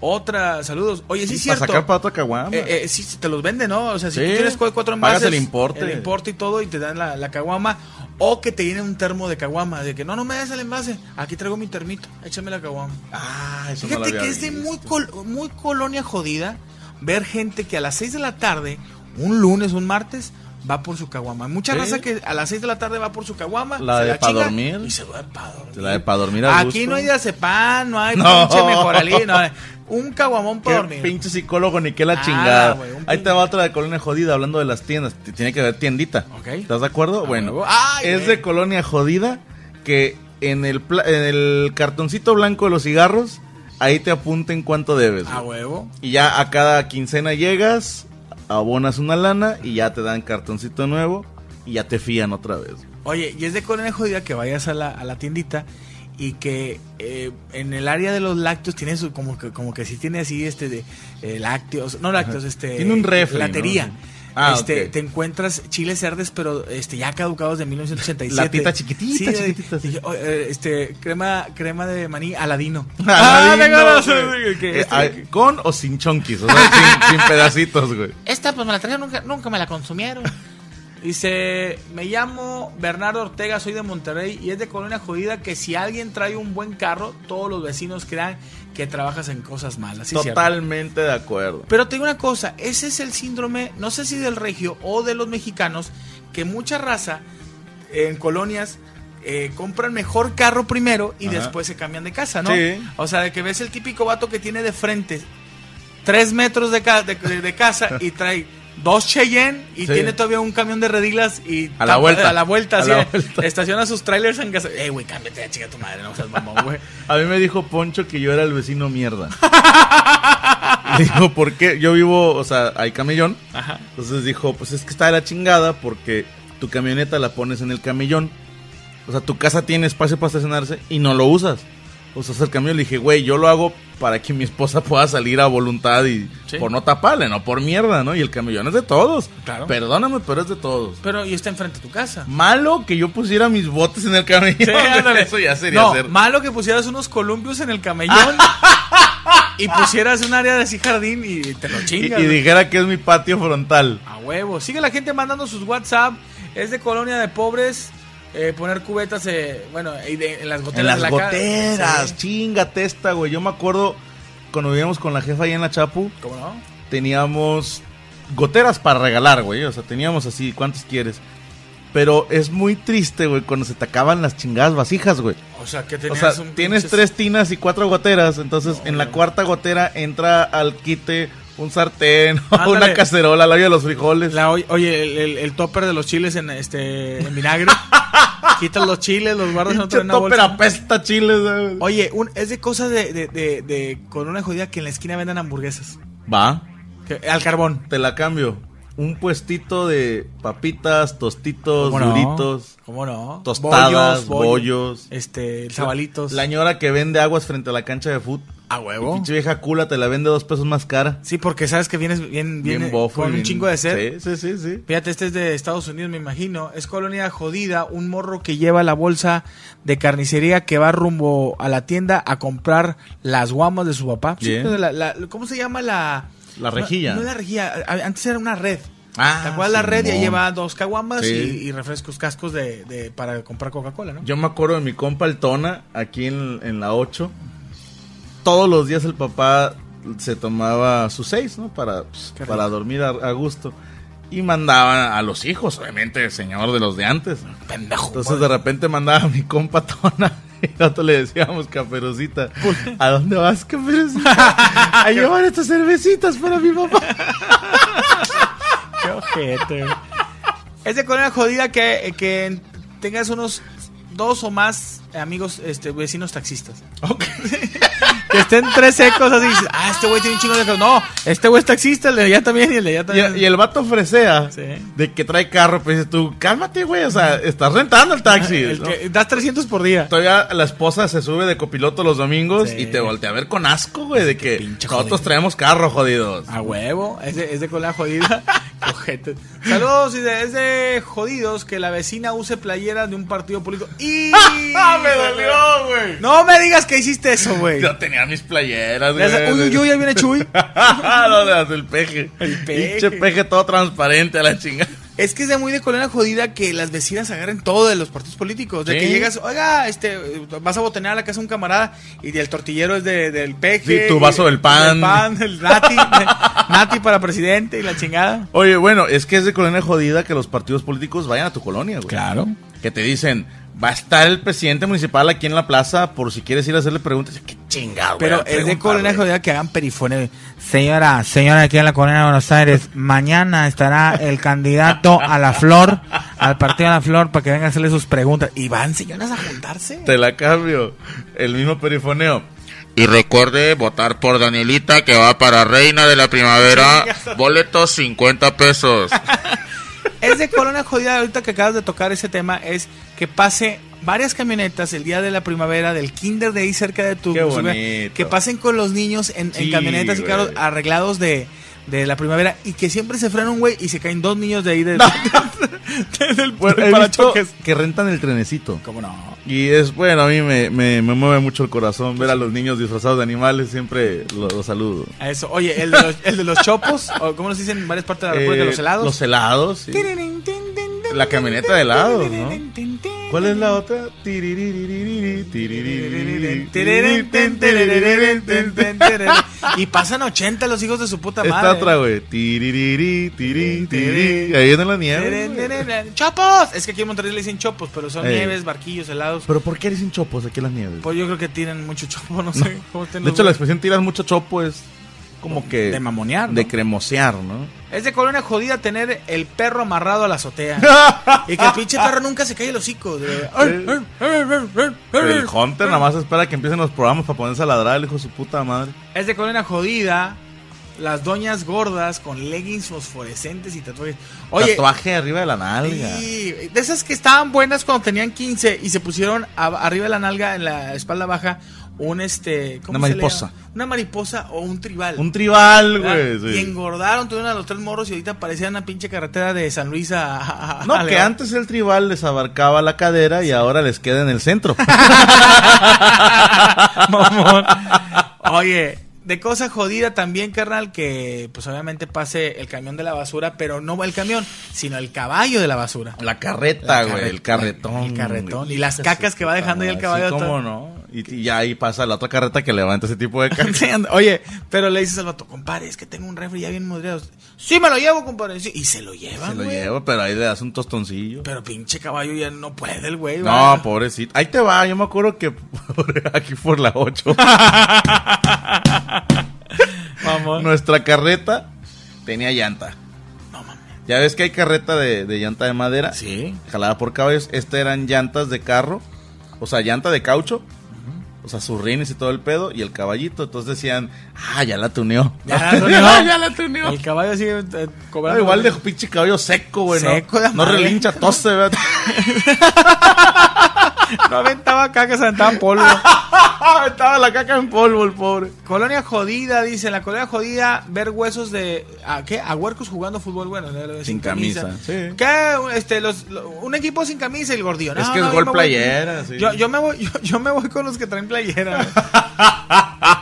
Speaker 2: otra saludos oye sí, es
Speaker 3: Para
Speaker 2: cierto
Speaker 3: sacar para otra caguama.
Speaker 2: Eh, eh, sí, sí, te los venden no o sea si
Speaker 3: Sí.
Speaker 2: tú tienes cu- cuatro
Speaker 3: Pagas
Speaker 2: envases
Speaker 3: el importe.
Speaker 2: el importe y todo y te dan la, la caguama o que te viene un termo de caguama de que no no me das el envase aquí traigo mi termito échame la caguama
Speaker 3: ah, eso no lo
Speaker 2: Fíjate
Speaker 3: había
Speaker 2: que es de
Speaker 3: visto.
Speaker 2: muy, col- muy colonia jodida ver gente que a las 6 de la tarde, un lunes, un martes, va por su caguama. Hay Mucha
Speaker 3: Sí.
Speaker 2: raza que a las 6 de la tarde va por su caguama.
Speaker 3: La
Speaker 2: se
Speaker 3: de pa'
Speaker 2: chinga
Speaker 3: dormir.
Speaker 2: Y se va para dormir.
Speaker 3: Se la de pa' dormir a
Speaker 2: Aquí
Speaker 3: gusto.
Speaker 2: no hay diazepam, no hay
Speaker 3: No.
Speaker 2: pinche mejoralí. no hay- un caguamón
Speaker 3: Qué
Speaker 2: para dormir.
Speaker 3: pinche psicólogo ni qué la
Speaker 2: Nada,
Speaker 3: chingada.
Speaker 2: Ah, güey, un
Speaker 3: Ahí
Speaker 2: pinche-
Speaker 3: te va otra de colonia jodida hablando de las tiendas. T- Tiene que haber tiendita.
Speaker 2: Ok.
Speaker 3: ¿Estás de acuerdo?
Speaker 2: Ah,
Speaker 3: bueno,
Speaker 2: huevo. Ay,
Speaker 3: es
Speaker 2: güey.
Speaker 3: de colonia jodida que en el, pla- en el cartoncito blanco de los cigarros, ahí te apunten cuánto debes.
Speaker 2: A
Speaker 3: güey.
Speaker 2: huevo.
Speaker 3: y ya a cada quincena llegas, abonas una lana y ya te dan cartoncito nuevo y ya te fían otra vez.
Speaker 2: Oye, y es de colonia jodida que vayas a la, a la tiendita y que eh, en el área de los lácteos tiene su, como que como que sí tiene así este de eh, lácteos, no lácteos, este
Speaker 3: Tiene un refri,
Speaker 2: latería.
Speaker 3: ¿no? Ah,
Speaker 2: este,
Speaker 3: ok.
Speaker 2: te encuentras chiles verdes pero este ya caducados de 1987.
Speaker 3: Latitas chiquititas,
Speaker 2: de-
Speaker 3: chiquititas.
Speaker 2: dije, oh, eh, este crema crema de maní aladino. Ah,
Speaker 3: Aladino,
Speaker 2: te acuerdas,
Speaker 3: güey.
Speaker 2: güey, que
Speaker 3: Eh,
Speaker 2: este-
Speaker 3: ay, con o sin chonquis, o sea, sin, sin pedacitos, güey.
Speaker 2: Esta pues me la trajeron, nunca, nunca me la consumieron. Dice, me llamo Bernardo Ortega, soy de Monterrey y es de Colonia Jodida que si alguien trae un buen carro, todos los vecinos crean que trabajas en cosas malas. Sí, cierto.
Speaker 3: Totalmente de acuerdo.
Speaker 2: Pero te digo una cosa, ese es el síndrome, no sé si del regio o de los mexicanos, que mucha raza en colonias eh, compran mejor carro primero y
Speaker 3: Ajá.
Speaker 2: después se cambian de casa, ¿no?
Speaker 3: Sí.
Speaker 2: O sea, de que ves el típico vato que tiene de frente tres metros de, ca- de- de- de casa y trae dos Cheyenne y
Speaker 3: Sí.
Speaker 2: tiene todavía un camión de redilas y
Speaker 3: A la vuelta.
Speaker 2: a la vuelta,
Speaker 3: A
Speaker 2: así,
Speaker 3: la
Speaker 2: eh,
Speaker 3: vuelta.
Speaker 2: estaciona sus trailers en casa. Ey, güey, cámbiate, chica tu madre, no seas mamón, güey.
Speaker 3: A mí me dijo Poncho que yo era el vecino mierda. Le digo, ¿por qué? Yo vivo, o sea, hay camellón.
Speaker 2: Ajá.
Speaker 3: Entonces dijo, pues es que está de la chingada porque tu camioneta la pones en el camellón. O sea, tu casa tiene espacio para estacionarse y no lo usas. Usas el camión. Le dije, güey, yo lo hago para que mi esposa pueda salir a voluntad y
Speaker 2: Sí.
Speaker 3: por no taparle, no por mierda, ¿no? Y el camellón es de todos.
Speaker 2: Claro.
Speaker 3: Perdóname, pero es de todos.
Speaker 2: Pero, y está enfrente de tu casa.
Speaker 3: Malo que yo pusiera mis botes en el camellón.
Speaker 2: Sí, ándale.
Speaker 3: Eso ya sería
Speaker 2: no,
Speaker 3: ser-
Speaker 2: malo que pusieras unos columpios en el camellón y pusieras un área de así jardín y te lo
Speaker 3: Y,
Speaker 2: chingas.
Speaker 3: y
Speaker 2: güey.
Speaker 3: dijera que es mi patio frontal.
Speaker 2: A huevo. Sigue la gente mandando sus WhatsApp. Es de colonia de pobres. eh, poner cubetas, eh, bueno, y de- en las goteras.
Speaker 3: En las
Speaker 2: de la ca-
Speaker 3: goteras,
Speaker 2: Sí.
Speaker 3: chingate esta, güey. Yo me acuerdo cuando vivíamos con la jefa ahí en la Chapu,
Speaker 2: ¿Cómo no?
Speaker 3: teníamos goteras para regalar, güey. O sea, teníamos así, ¿cuántas quieres? Pero es muy triste, güey, cuando se te acaban las chingadas vasijas, güey.
Speaker 2: O sea, que
Speaker 3: O
Speaker 2: tenías
Speaker 3: sea,
Speaker 2: un
Speaker 3: tienes
Speaker 2: pinche-
Speaker 3: tres tinas y cuatro goteras, entonces en la
Speaker 2: no.
Speaker 3: cuarta gotera entra al quite un sartén,
Speaker 2: Ándale.
Speaker 3: una cacerola, la olla de los frijoles.
Speaker 2: La oy- oye, el, el- el topper de los chiles en este en vinagre. Quitas los chiles, los guardas en
Speaker 3: Pinche
Speaker 2: otra en una
Speaker 3: topper
Speaker 2: bolsa.
Speaker 3: apesta chiles, güey.
Speaker 2: Oye, un- es de cosas de, de, de, de- con una jodida que en la esquina vendan hamburguesas.
Speaker 3: Va.
Speaker 2: Que- al carbón.
Speaker 3: Te la cambio. Un puestito de papitas, tostitos,
Speaker 2: ¿Cómo no?
Speaker 3: duritos.
Speaker 2: ¿Cómo no?
Speaker 3: Tostadas,
Speaker 2: bollo-
Speaker 3: bollos.
Speaker 2: Este, sabalitos.
Speaker 3: La ñora que vende aguas frente a la cancha de fútbol.
Speaker 2: a huevo.
Speaker 3: Pinche vieja cula te la vende dos pesos más cara.
Speaker 2: Sí, porque sabes que vienes bien, bien,
Speaker 3: y
Speaker 2: con un
Speaker 3: bien-
Speaker 2: chingo de sed.
Speaker 3: Sí, sí, sí. sí.
Speaker 2: Fíjate, este es de Estados Unidos, me imagino. Es colonia jodida, un morro que lleva la bolsa de carnicería que va rumbo a la tienda a comprar las guamas de su papá. Sí,
Speaker 3: Bien.
Speaker 2: pero la- la- ¿Cómo se llama la...?
Speaker 3: La rejilla.
Speaker 2: No, no la rejilla, a- antes era una red.
Speaker 3: Ah,
Speaker 2: ¿Te acuerdas la red? Ya
Speaker 3: Simón.
Speaker 2: lleva dos caguamas
Speaker 3: Sí.
Speaker 2: y, y refrescos cascos de, de- para comprar Coca-Cola, ¿no?
Speaker 3: Yo me acuerdo de mi compa el Tona, aquí en, en la 8. Todos los días el papá se tomaba sus seis, ¿no? Para, pues,
Speaker 2: Qué rico.
Speaker 3: para dormir a, a gusto. Y mandaba a los hijos, obviamente, el señor de los de antes.
Speaker 2: Pendejo.
Speaker 3: Entonces de repente mandaba a mi compa Tona. Y nosotros le decíamos, caperucita, ¿a dónde vas, caperucita? A llevar estas cervecitas para mi papá.
Speaker 2: Qué ojete. Es de colonia jodida que, que tengas unos dos o más amigos, este, vecinos taxistas.
Speaker 3: Ok.
Speaker 2: que estén tres secos así. dices, ah, este güey tiene un chingo de carros. No, este güey es taxista, el de allá también y el de allá
Speaker 3: Y,
Speaker 2: también.
Speaker 3: y el vato fresea
Speaker 2: Sí.
Speaker 3: de que trae carro, pues dices tú, cálmate, güey, o sea, estás rentando el taxi.
Speaker 2: El
Speaker 3: ¿no?
Speaker 2: que das 300 por día.
Speaker 3: Todavía la esposa se sube de copiloto los domingos
Speaker 2: Sí.
Speaker 3: y te voltea a ver con asco, güey, de que
Speaker 2: pinche
Speaker 3: nosotros
Speaker 2: jodido. Ah,
Speaker 3: traemos carro, jodidos.
Speaker 2: A huevo, es de, es de cola jodida. Ojete. Saludos y de, es de jodidos que la vecina use playeras de un partido político. ¡Y!
Speaker 3: Ah, güey!
Speaker 2: No me digas que hiciste eso, güey.
Speaker 3: Yo tenía mis playeras, güey.
Speaker 2: Esa- Uy, uy, uy, ahí viene Chuy.
Speaker 3: no, de las del peje.
Speaker 2: El peje.
Speaker 3: Pinche peje todo transparente a la chingada.
Speaker 2: Es que es de muy de colena jodida que las vecinas agarren todo de los partidos políticos. De que
Speaker 3: Sí.
Speaker 2: llegas, oiga, este, vas a botanear a la casa de un camarada y el tortillero es de- del peje.
Speaker 3: Sí, tu
Speaker 2: y-
Speaker 3: vaso del pan.
Speaker 2: El pan, el nati. nati para presidente y la chingada.
Speaker 3: Oye, bueno, es que es de colonia jodida que los partidos políticos vayan a tu colonia, güey.
Speaker 2: Claro.
Speaker 3: Que te dicen, va a estar el presidente municipal aquí en la plaza por si quieres ir a hacerle preguntas. Qué chingado,
Speaker 2: Pero
Speaker 3: Ah, güey,
Speaker 2: es de
Speaker 3: preguntar,
Speaker 2: colena
Speaker 3: güey.
Speaker 2: jodida que hagan perifones.
Speaker 6: Señora, señora aquí en la Colonia de Buenos Aires, mañana estará el candidato a la flor, al partido de la flor, para que venga a hacerle sus preguntas.
Speaker 2: Y van señoras a juntarse.
Speaker 3: Te la cambio. El mismo perifoneo.
Speaker 7: Y recuerde votar por Danielita que va para Reina de la Primavera. Boletos 50 pesos.
Speaker 2: es de Corona jodida ahorita que acabas de tocar ese tema es que pase varias camionetas el día de la primavera del kinder de ahí cerca de tu
Speaker 3: Qué
Speaker 2: su-
Speaker 3: bonito.
Speaker 2: que pasen con los niños en, en
Speaker 3: Sí,
Speaker 2: camionetas y
Speaker 3: güey.
Speaker 2: carros arreglados de, de la primavera y que siempre se frena un güey y se caen dos niños de ahí de, del
Speaker 3: Bueno,
Speaker 2: del
Speaker 3: he visto
Speaker 2: parachoques.
Speaker 3: que rentan el trenecito.
Speaker 2: ¿Cómo no?
Speaker 3: Y es bueno, a mí me, me- me mueve mucho el corazón ver a los niños disfrazados de animales. Siempre lo- los saludo.
Speaker 2: A eso. Oye, el de los, el de los chopos, o como nos dicen en varias partes de la República,
Speaker 3: Eh,
Speaker 2: los helados.
Speaker 3: Los helados, sí. La camioneta de helados, ¿no? ¿Cuál es la otra? Tiriririri, tiriririri, tiriririri.
Speaker 2: Y pasan 80 los hijos de su puta
Speaker 3: Esta
Speaker 2: madre.
Speaker 3: otra, güey. Tiririri, tiri, tiri. Ahí viene la nieve. güey.
Speaker 2: ¡Chopos! Es que aquí en Monterrey le dicen chopos, pero son
Speaker 3: Ey.
Speaker 2: nieves, barquillos, helados.
Speaker 3: Pero ¿por qué dicen chopos aquí las nieves?
Speaker 2: Pues yo creo que tiran mucho chopo, no sé cómo estén
Speaker 3: De
Speaker 2: los
Speaker 3: hecho, la
Speaker 2: güeyes.
Speaker 3: expresión tiras mucho chopo es como que
Speaker 2: De mamonear, ¿no?
Speaker 3: de cremosear, ¿no?
Speaker 2: Es de colonia jodida tener el perro amarrado a la azotea. y que el pinche perro nunca se cae el hocico. de-
Speaker 3: El Hunter nada más espera que empiecen los programas para ponerse a ladrar el hijo de su puta madre.
Speaker 2: Es de colonia jodida. Las doñas gordas con leggings fosforescentes y tatuajes. Oye,
Speaker 3: Tatuaje arriba de la nalga.
Speaker 2: Sí, de esas que estaban buenas cuando tenían 15 y se pusieron a- arriba de la nalga, en la espalda baja, un este. se le
Speaker 3: Una mariposa.
Speaker 2: llama? Una mariposa o un tribal.
Speaker 3: Un tribal,
Speaker 2: ¿verdad?
Speaker 3: güey. sí.
Speaker 2: Y engordaron, tuvieron a los tres morros y ahorita parecían una pinche carretera de San Luis a. a- a-
Speaker 3: No,
Speaker 2: a
Speaker 3: que
Speaker 2: León.
Speaker 3: antes el tribal les abarcaba la cadera y ahora les queda en el centro.
Speaker 2: Mamón. Oye, de cosa jodida también, carnal, que pues obviamente pase el camión de la basura, pero no el camión, sino el caballo de la basura.
Speaker 3: La
Speaker 2: La
Speaker 3: carreta, güey.
Speaker 2: carre-
Speaker 3: El carretón.
Speaker 2: el carretón.
Speaker 3: güey.
Speaker 2: Y las cacas que va dejando ahí el
Speaker 3: Sí,
Speaker 2: caballo
Speaker 3: ¿Cómo
Speaker 2: todo.
Speaker 3: no? Y, y ya ahí pasa la otra carreta que levanta ese tipo de cacas.
Speaker 2: Sí, anda. Oye, pero le dices al vato, compadre, es que tengo un refri ya bien modreado. Sí, me lo llevo, compadre. Sí, y se lo lleva,
Speaker 3: Se lo
Speaker 2: güey.
Speaker 3: lleva, pero ahí le das un tostoncillo.
Speaker 2: Pero pinche caballo ya no puede el güey.
Speaker 3: No,
Speaker 2: va.
Speaker 3: pobrecito. Ahí te va, yo me acuerdo que aquí por la 8.
Speaker 2: Mamón.
Speaker 3: Nuestra carreta tenía llanta.
Speaker 2: No mames.
Speaker 3: Ya ves que hay carreta de, de llanta de madera.
Speaker 2: Sí.
Speaker 3: Jalada por caballos. Este eran llantas de carro. O sea, llanta de caucho. O sea, sus rines y todo el pedo. Y el caballito. Entonces decían, ah, ya la tuneó.
Speaker 2: Ya la tuneó.
Speaker 3: Ya la tuneó.
Speaker 2: El caballo sigue eh,
Speaker 3: No,
Speaker 2: cobrando.
Speaker 3: igual de pinche cabello seco, güey. ¿no?
Speaker 2: Seco de
Speaker 3: no,
Speaker 2: madre.
Speaker 3: relincha, tose, ¿verdad?
Speaker 2: No aventaba caca, se aventaba polvo.
Speaker 3: Estaba la caca en polvo, el pobre.
Speaker 2: colonia jodida, dice. La colonia jodida, ver huesos de. ¿A qué? A huercos jugando fútbol, bueno. de- de-
Speaker 3: Sin camisa. Sí.
Speaker 2: ¿Qué? Este, los, lo- un equipo sin camisa y el gordillo. No,
Speaker 3: Es que es
Speaker 2: no, yo
Speaker 3: gol
Speaker 2: me voy-
Speaker 3: playera, sí.
Speaker 2: Yo, yo me voy, yo, yo me voy con los que traen playera.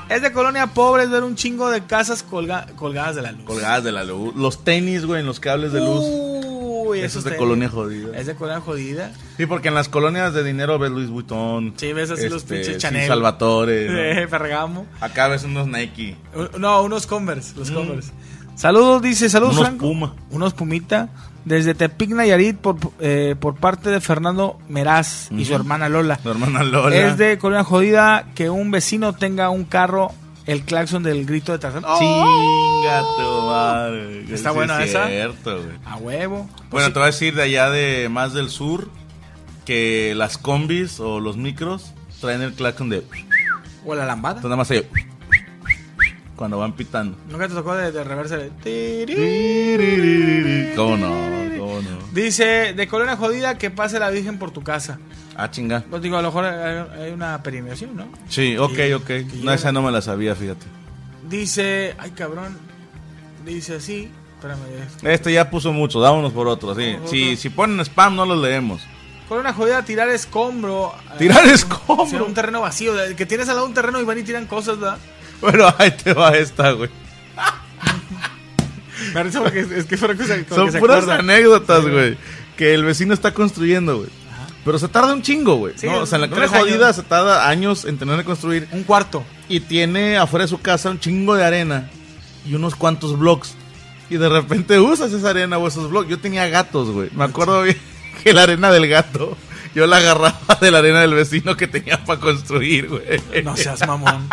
Speaker 2: es de colonia pobre, es ver un chingo de casas colga- colgadas de la luz.
Speaker 3: Colgadas de la luz. Los tenis, güey, en los cables de luz.
Speaker 2: Uh. Uy,
Speaker 3: Eso es de
Speaker 2: está-
Speaker 3: colonia jodida.
Speaker 2: Es de colonia jodida.
Speaker 3: Sí, porque en las colonias de dinero ves Luis Vuitton. este,
Speaker 2: Sí, ves así los pinches
Speaker 3: sí,
Speaker 2: Chanel.
Speaker 3: Salvatore. ¿no?
Speaker 2: De Ferragamo.
Speaker 3: Acá ves unos Nike.
Speaker 2: U- No, unos Converse, los Converse. Saludos, dice, saludos
Speaker 3: Mm. Unos
Speaker 2: Franco.
Speaker 3: Puma.
Speaker 2: Unos Pumita. Desde Tepic Nayarit por, eh, por parte de Fernando Meraz y su hermana Lola.
Speaker 3: Tu hermana Lola.
Speaker 2: Es de Colonia Jodida que un vecino tenga un carro, el claxon del grito de Tarzán. ¡Oh!
Speaker 3: Chinga tu madre. güey.
Speaker 2: ¿Está
Speaker 3: Sí,
Speaker 2: buena
Speaker 3: es
Speaker 2: esa?
Speaker 3: cierto, güey.
Speaker 2: A huevo. Pues
Speaker 3: Bueno,
Speaker 2: sí,
Speaker 3: te voy a decir de allá de más del sur que las combis o los micros traen el claxon de.
Speaker 2: O la lambada.
Speaker 3: Entonces nada más ahí, cuando van pitando.
Speaker 2: Nunca te tocó de, de reversa de...
Speaker 3: ¿Cómo no? ¿Cómo no?
Speaker 2: Dice, de colonia jodida, que pase la Virgen por tu casa.
Speaker 3: Ah, chinga.
Speaker 2: Pues digo, a lo mejor hay, hay una peregrinación, ¿no?
Speaker 3: Sí, ok,
Speaker 2: Y-
Speaker 3: ok.
Speaker 2: y
Speaker 3: No,
Speaker 2: llega-
Speaker 3: esa no me la sabía, fíjate.
Speaker 2: Dice, ay cabrón, dice así, espérame. ya.
Speaker 3: Este ya puso mucho, dámonos por otro. Sí.
Speaker 2: Por
Speaker 3: Si,
Speaker 2: otro.
Speaker 3: si ponen spam, no los leemos.
Speaker 2: Colonia jodida, tirar escombro. eh,
Speaker 3: Tirar
Speaker 2: un-
Speaker 3: escombro.
Speaker 2: sí, Un terreno vacío, de- que tienes al lado un terreno y van y tiran cosas, ¿verdad?
Speaker 3: Bueno, ahí te va esta, güey.
Speaker 2: Me da risa porque es, es que fueron cosas como
Speaker 3: Son
Speaker 2: que se
Speaker 3: puras
Speaker 2: acuerdan.
Speaker 3: anécdotas, güey. Que el vecino está construyendo, güey. Pero se tarda un chingo, güey.
Speaker 2: Sí,
Speaker 3: No, o sea, en la
Speaker 2: no
Speaker 3: colonia
Speaker 2: les ayuda.
Speaker 3: jodida se tarda años en tener que construir.
Speaker 2: Un cuarto.
Speaker 3: Y tiene afuera de su casa un chingo de arena y unos cuantos blocks. Y de repente usas esa arena o esos blocks. Yo tenía gatos, güey. Me acuerdo bien que la arena del gato, yo la agarraba de la arena del vecino que tenía para construir, güey.
Speaker 2: No seas mamón.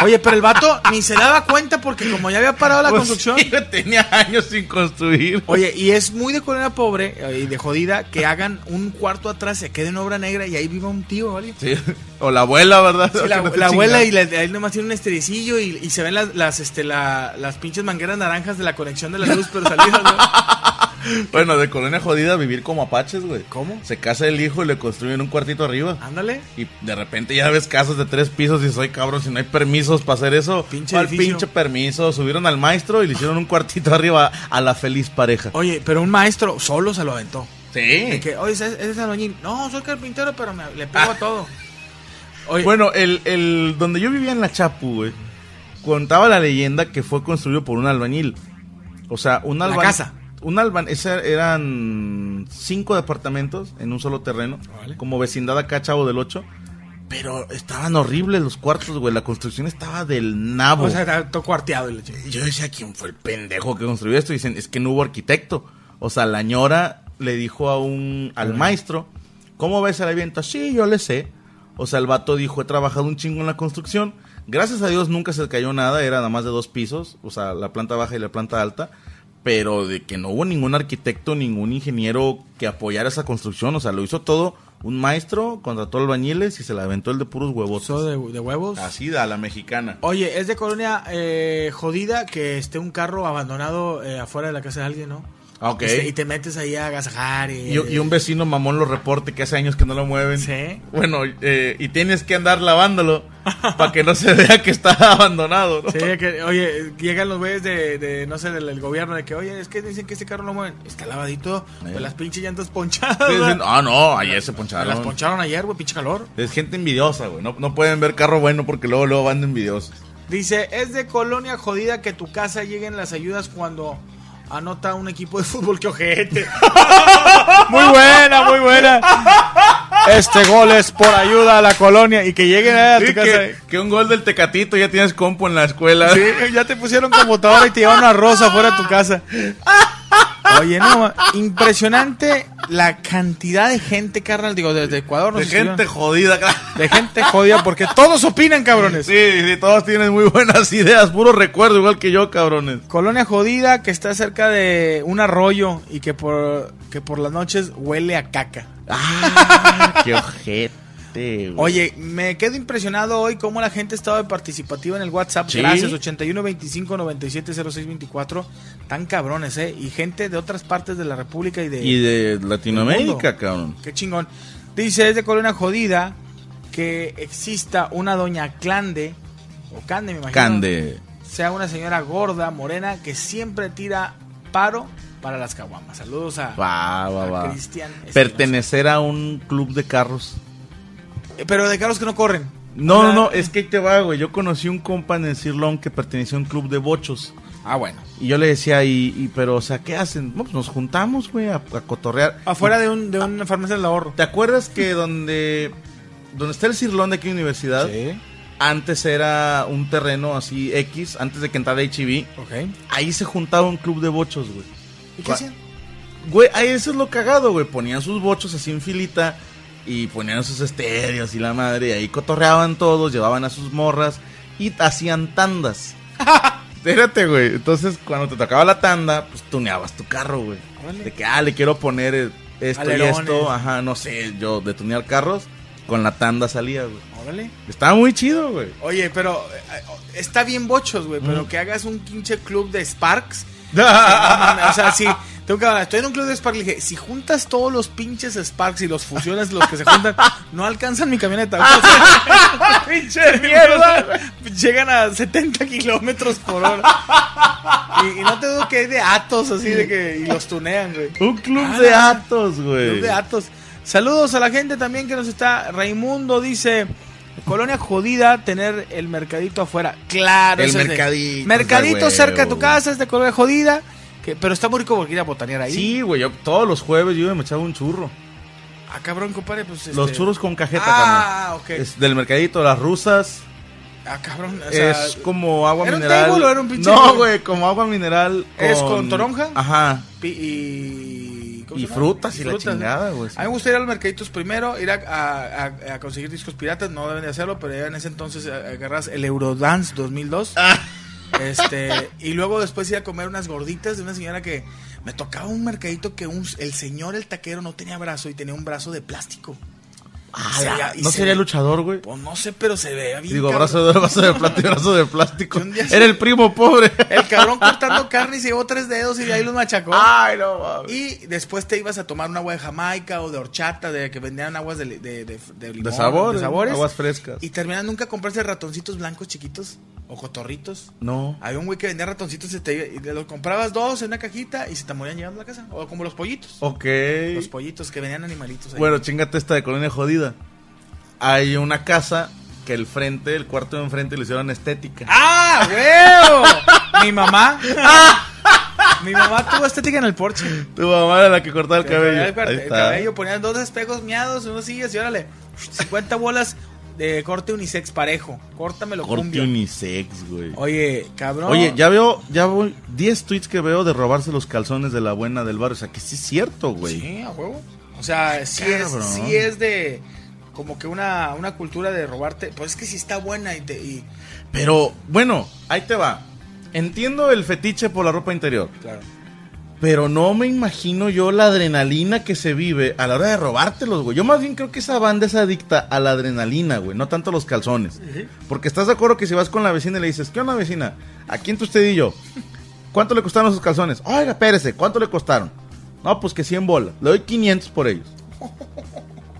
Speaker 2: Oye, pero el vato ni se daba cuenta porque como ya había parado la
Speaker 3: Pues
Speaker 2: construcción.
Speaker 3: sí, yo tenía años sin construir.
Speaker 2: Oye, y es muy de colonia pobre eh, y de jodida que hagan un cuarto atrás, se quede en obra negra y ahí viva un tío, ¿vale?
Speaker 3: Sí. O la abuela, ¿verdad?
Speaker 2: Sí, la,
Speaker 3: Que no te
Speaker 2: la abuela y
Speaker 3: chingas.
Speaker 2: la, ahí nomás tiene un estericillo y, y se ven las, las, este, la- las pinches mangueras naranjas de la conexión de la luz, pero salidas, ¿no?
Speaker 3: Bueno, de colonia jodida vivir como apaches, güey.
Speaker 2: ¿Cómo? Ah.
Speaker 3: Se casa el hijo y le construyen un cuartito arriba.
Speaker 2: Ándale.
Speaker 3: Y de repente ya ves casas de tres pisos y soy cabrón, si no hay permisos para hacer eso,
Speaker 2: Pinche
Speaker 3: ¿cuál
Speaker 2: edificio?
Speaker 3: pinche permiso? Subieron al maestro y le hicieron un cuartito arriba a la feliz pareja.
Speaker 2: Oye, pero un maestro solo se lo aventó. De
Speaker 3: Sí.
Speaker 2: que, oye, ¿sabes- ¿eres albañil? No, soy carpintero, pero me, le pego a todo. Oye,
Speaker 3: Ah. Bueno, el, el donde yo vivía en La Chapu, güey, contaba la leyenda que fue construido por un albañil. O sea, un
Speaker 2: La
Speaker 3: albañil.
Speaker 2: casa.
Speaker 3: Un albañil, eran cinco departamentos en un solo terreno,
Speaker 2: Órale.
Speaker 3: como vecindad acá, Chavo del Ocho. Pero estaban horribles los cuartos, güey. La construcción estaba del nabo.
Speaker 2: o sea, está todo cuarteado y la chingada.
Speaker 3: Y yo decía, ¿quién fue el pendejo que construyó esto? Y dicen, es que no hubo arquitecto. O sea, la ñora le dijo a un, al maestro, ¿cómo ves el aviento? Sí, yo le sé. O sea, el vato dijo, he trabajado un chingo en la construcción. Gracias a Dios nunca se cayó nada, era nada más de dos pisos, o sea, la planta baja y la planta alta. Pero de que no hubo ningún arquitecto, ningún ingeniero que apoyara esa construcción. O sea, lo hizo todo un maestro, contrató albañiles y se la aventó el de puros huevos.
Speaker 2: Oso de, de huevos.
Speaker 3: Así da la mexicana.
Speaker 2: Oye, es de colonia eh, jodida que esté un carro abandonado eh, afuera de la casa de alguien, ¿no?
Speaker 3: Ah, ok.
Speaker 2: Y te- Y te metes ahí a agasajar y...
Speaker 3: Y, y un vecino mamón lo reporte que hace años que no lo mueven.
Speaker 2: Sí.
Speaker 3: Bueno, eh, y tienes que andar lavándolo para que no se vea que está abandonado, ¿no?
Speaker 2: eh, Sí, que, oye, llegan los güeyes de, de, no sé, del, del gobierno de que, oye, es que dicen que este carro no mueven. Está lavadito,
Speaker 3: Eh.
Speaker 2: pues las pinches llantas ponchadas.
Speaker 3: Sí,
Speaker 2: ¿verdad?
Speaker 3: dicen, ah, no, ayer se
Speaker 2: Me
Speaker 3: poncharon.
Speaker 2: las poncharon ayer, güey, pinche calor.
Speaker 3: Es gente envidiosa, güey. No, no pueden ver carro bueno porque luego, luego van de envidiosos.
Speaker 2: Dice, es de colonia jodida que tu casa lleguen las ayudas cuando anota un equipo de fútbol que ojete. muy buena, muy buena. Este gol es por ayuda a la colonia y que lleguen a
Speaker 3: Sí, que, que un gol del tecatito ya tienes compo en la escuela.
Speaker 2: Sí, ya te pusieron computadora y te llevaron a Rosa fuera de tu casa. Oye, no, ma- impresionante la cantidad de gente, carnal, digo, desde Ecuador. nos
Speaker 3: De gente
Speaker 2: escribieron.
Speaker 3: jodida, claro.
Speaker 2: de gente jodida, porque todos opinan, cabrones.
Speaker 3: Sí, sí, todos tienen muy buenas ideas, puro recuerdo, igual que yo, cabrones.
Speaker 2: Colonia jodida que está cerca de un arroyo y que por, que por las noches huele a caca.
Speaker 3: Qué ojete, güey.
Speaker 2: Oye, me quedo impresionado hoy cómo la gente estaba participativa en el WhatsApp.
Speaker 3: Sí.
Speaker 2: Gracias, 81 25 97 06 24. Tan cabrones, ¿eh? Y gente de otras partes de la República y de.
Speaker 3: Y de
Speaker 2: del
Speaker 3: Latinoamérica,
Speaker 2: mundo.
Speaker 3: cabrón.
Speaker 2: Qué chingón. Dice, es de colonia jodida que exista una doña Clande, o Cande, me imagino.
Speaker 3: Cande.
Speaker 2: Sea una señora gorda, morena, que siempre tira paro para las caguamas. Saludos a,
Speaker 3: Va, va,
Speaker 2: a
Speaker 3: va.
Speaker 2: Cristian. Espinosa.
Speaker 3: Pertenecer a un club de carros.
Speaker 2: Eh, Pero de carros que no corren.
Speaker 3: No,
Speaker 2: O
Speaker 3: no,
Speaker 2: sea,
Speaker 3: no, es que ahí te va, güey. Yo conocí un compa en el Cirlón que pertenecía a un club de bochos.
Speaker 2: Ah, bueno.
Speaker 3: Y yo le decía, y, y pero, o sea, ¿qué hacen? No, pues nos juntamos, güey, a, a cotorrear.
Speaker 2: Afuera de, un, de una farmacia del ahorro.
Speaker 3: ¿Te acuerdas que donde, donde está el Cirlón de aquí universidad? Antes era un terreno así X, antes de que entrara HIV.
Speaker 2: Ok.
Speaker 3: Ahí se juntaba un club de bochos, güey.
Speaker 2: ¿Y qué
Speaker 3: Gua-
Speaker 2: hacían?
Speaker 3: Güey, ahí eso es lo cagado, güey. Ponían sus bochos así en filita y ponían sus estéreos y la madre. Y ahí cotorreaban todos, llevaban a sus morras y hacían tandas. Espérate, güey. Entonces, cuando te tocaba la tanda, pues tuneabas tu carro, güey.
Speaker 2: Órale.
Speaker 3: De que, ah, le quiero poner eh, esto
Speaker 2: Alerones.
Speaker 3: y esto. Ajá, no sé, yo de tunear carros. con la tanda salía, güey.
Speaker 2: Órale.
Speaker 3: Estaba muy chido, güey.
Speaker 2: Oye, pero eh, está bien bochos, güey, pero que hagas un pinche club de Sparks. No mames, o sea, sí. Tengo que hablar. Estoy en un club de Sparks. Le dije, si juntas todos los pinches Sparks y los fusiones, los que se juntan, no alcanzan mi camioneta. O sea, pinche mierda. Llegan a 70 kilómetros por hora. Y, y no te digo que hay de atos así de que. Y los tunean, güey.
Speaker 3: Un club
Speaker 2: Ah,
Speaker 3: de
Speaker 2: la-
Speaker 3: atos, güey.
Speaker 2: Club de Atos. Saludos a la gente también que nos está. Raimundo dice. Colonia jodida tener el mercadito afuera. Claro,
Speaker 3: El
Speaker 2: eso es de-
Speaker 3: mercadito,
Speaker 2: mercadito
Speaker 3: está
Speaker 2: cerca de
Speaker 3: huevo.
Speaker 2: tu casa es de colonia jodida. Que, pero está muy rico porque ir a botanear ahí.
Speaker 3: Sí, güey. Yo todos los jueves yo me echaba un churro.
Speaker 2: Ah, cabrón, compadre, pues. este-
Speaker 3: Los churros con cajeta,
Speaker 2: Ah,
Speaker 3: carnal.
Speaker 2: ok.
Speaker 3: Es del mercadito, las rusas.
Speaker 2: Ah, cabrón. o sea,
Speaker 3: es como agua
Speaker 2: ¿era un
Speaker 3: mineral.
Speaker 2: table o era un pinche-
Speaker 3: no, güey, como agua mineral.
Speaker 2: ¿Es con toronja?
Speaker 3: Ajá.
Speaker 2: pi- y. ¿cómo
Speaker 3: Y
Speaker 2: se llama?
Speaker 3: frutas y la
Speaker 2: frutas, ¿no?
Speaker 3: chingada, güey, sí.
Speaker 2: A mí me gusta ir a los mercaditos primero, ir a, a- a- a conseguir discos piratas. No deben de hacerlo, pero ya en ese entonces a- agarras el Eurodance 2002.
Speaker 3: Ah.
Speaker 2: Este, y luego después ir a comer unas gorditas de una señora que me tocaba un mercadito que un, el señor, el taquero, no tenía brazo y tenía un brazo de plástico.
Speaker 3: Ah,
Speaker 2: Se
Speaker 3: la-
Speaker 2: veía- y
Speaker 3: no
Speaker 2: se
Speaker 3: sería
Speaker 2: ve-
Speaker 3: luchador, güey.
Speaker 2: Pues no sé, pero se veía bien.
Speaker 3: Digo,
Speaker 2: cabrón.
Speaker 3: brazo de, brazo de plástico, brazo de plástico.
Speaker 2: Que un día se-
Speaker 3: Era el primo pobre.
Speaker 2: El cabrón cortando carne y se llevó tres dedos y de ahí los machacó.
Speaker 3: Ay, no, mames.
Speaker 2: Y después te ibas a tomar un agua de Jamaica o de horchata, de que vendían aguas de, li- de, de, de limón,
Speaker 3: De sabor,
Speaker 2: de sabores.
Speaker 3: aguas frescas.
Speaker 2: Y terminan nunca comprarse ratoncitos blancos chiquitos o cotorritos.
Speaker 3: No.
Speaker 2: Había un güey que vendía ratoncitos y, te, y te los comprabas dos en una cajita y se te morían llegando a la casa. O como los pollitos.
Speaker 3: Ok.
Speaker 2: Los pollitos que venían animalitos ahí.
Speaker 3: Bueno, chingate esta de colonia jodida. Hay una casa que el frente, el cuarto de enfrente le hicieron estética.
Speaker 2: ¡Ah, huevo! Mi mamá.
Speaker 3: Ah.
Speaker 2: Mi mamá tuvo estética en el porche.
Speaker 3: Tu mamá era la que cortaba el
Speaker 2: Que traía
Speaker 3: cabello.
Speaker 2: El, cuart-
Speaker 3: Ahí
Speaker 2: el
Speaker 3: está.
Speaker 2: cabello, ponían dos despegos miados, unos sillas y órale, 50 bolas de corte unisex parejo. Córtamelo,
Speaker 3: Corte
Speaker 2: cumbia.
Speaker 3: unisex, güey.
Speaker 2: Oye, cabrón.
Speaker 3: Oye, ya veo, ya voy 10 tweets que veo de robarse los calzones de la buena del barrio. O sea, que sí es cierto, güey.
Speaker 2: Sí, a huevo. O sea, sí es,
Speaker 3: Cabrón.
Speaker 2: sí es de. Como que una, una cultura de robarte. Pues es que sí está buena y. te- y-
Speaker 3: Pero bueno, ahí te va. Entiendo el fetiche por la ropa interior,
Speaker 2: claro.
Speaker 3: pero no me imagino yo la adrenalina que se vive a la hora de robártelos, güey. Yo más bien creo que esa banda es adicta a la adrenalina, güey, no tanto a los calzones. Porque estás de acuerdo que si vas con la vecina y le dices, ¿qué onda vecina? Aquí entre usted y yo, ¿cuánto le costaron esos calzones? Oiga, espérese, ¿cuánto le costaron? No, pues que 100 bolas. Le doy 500 por ellos.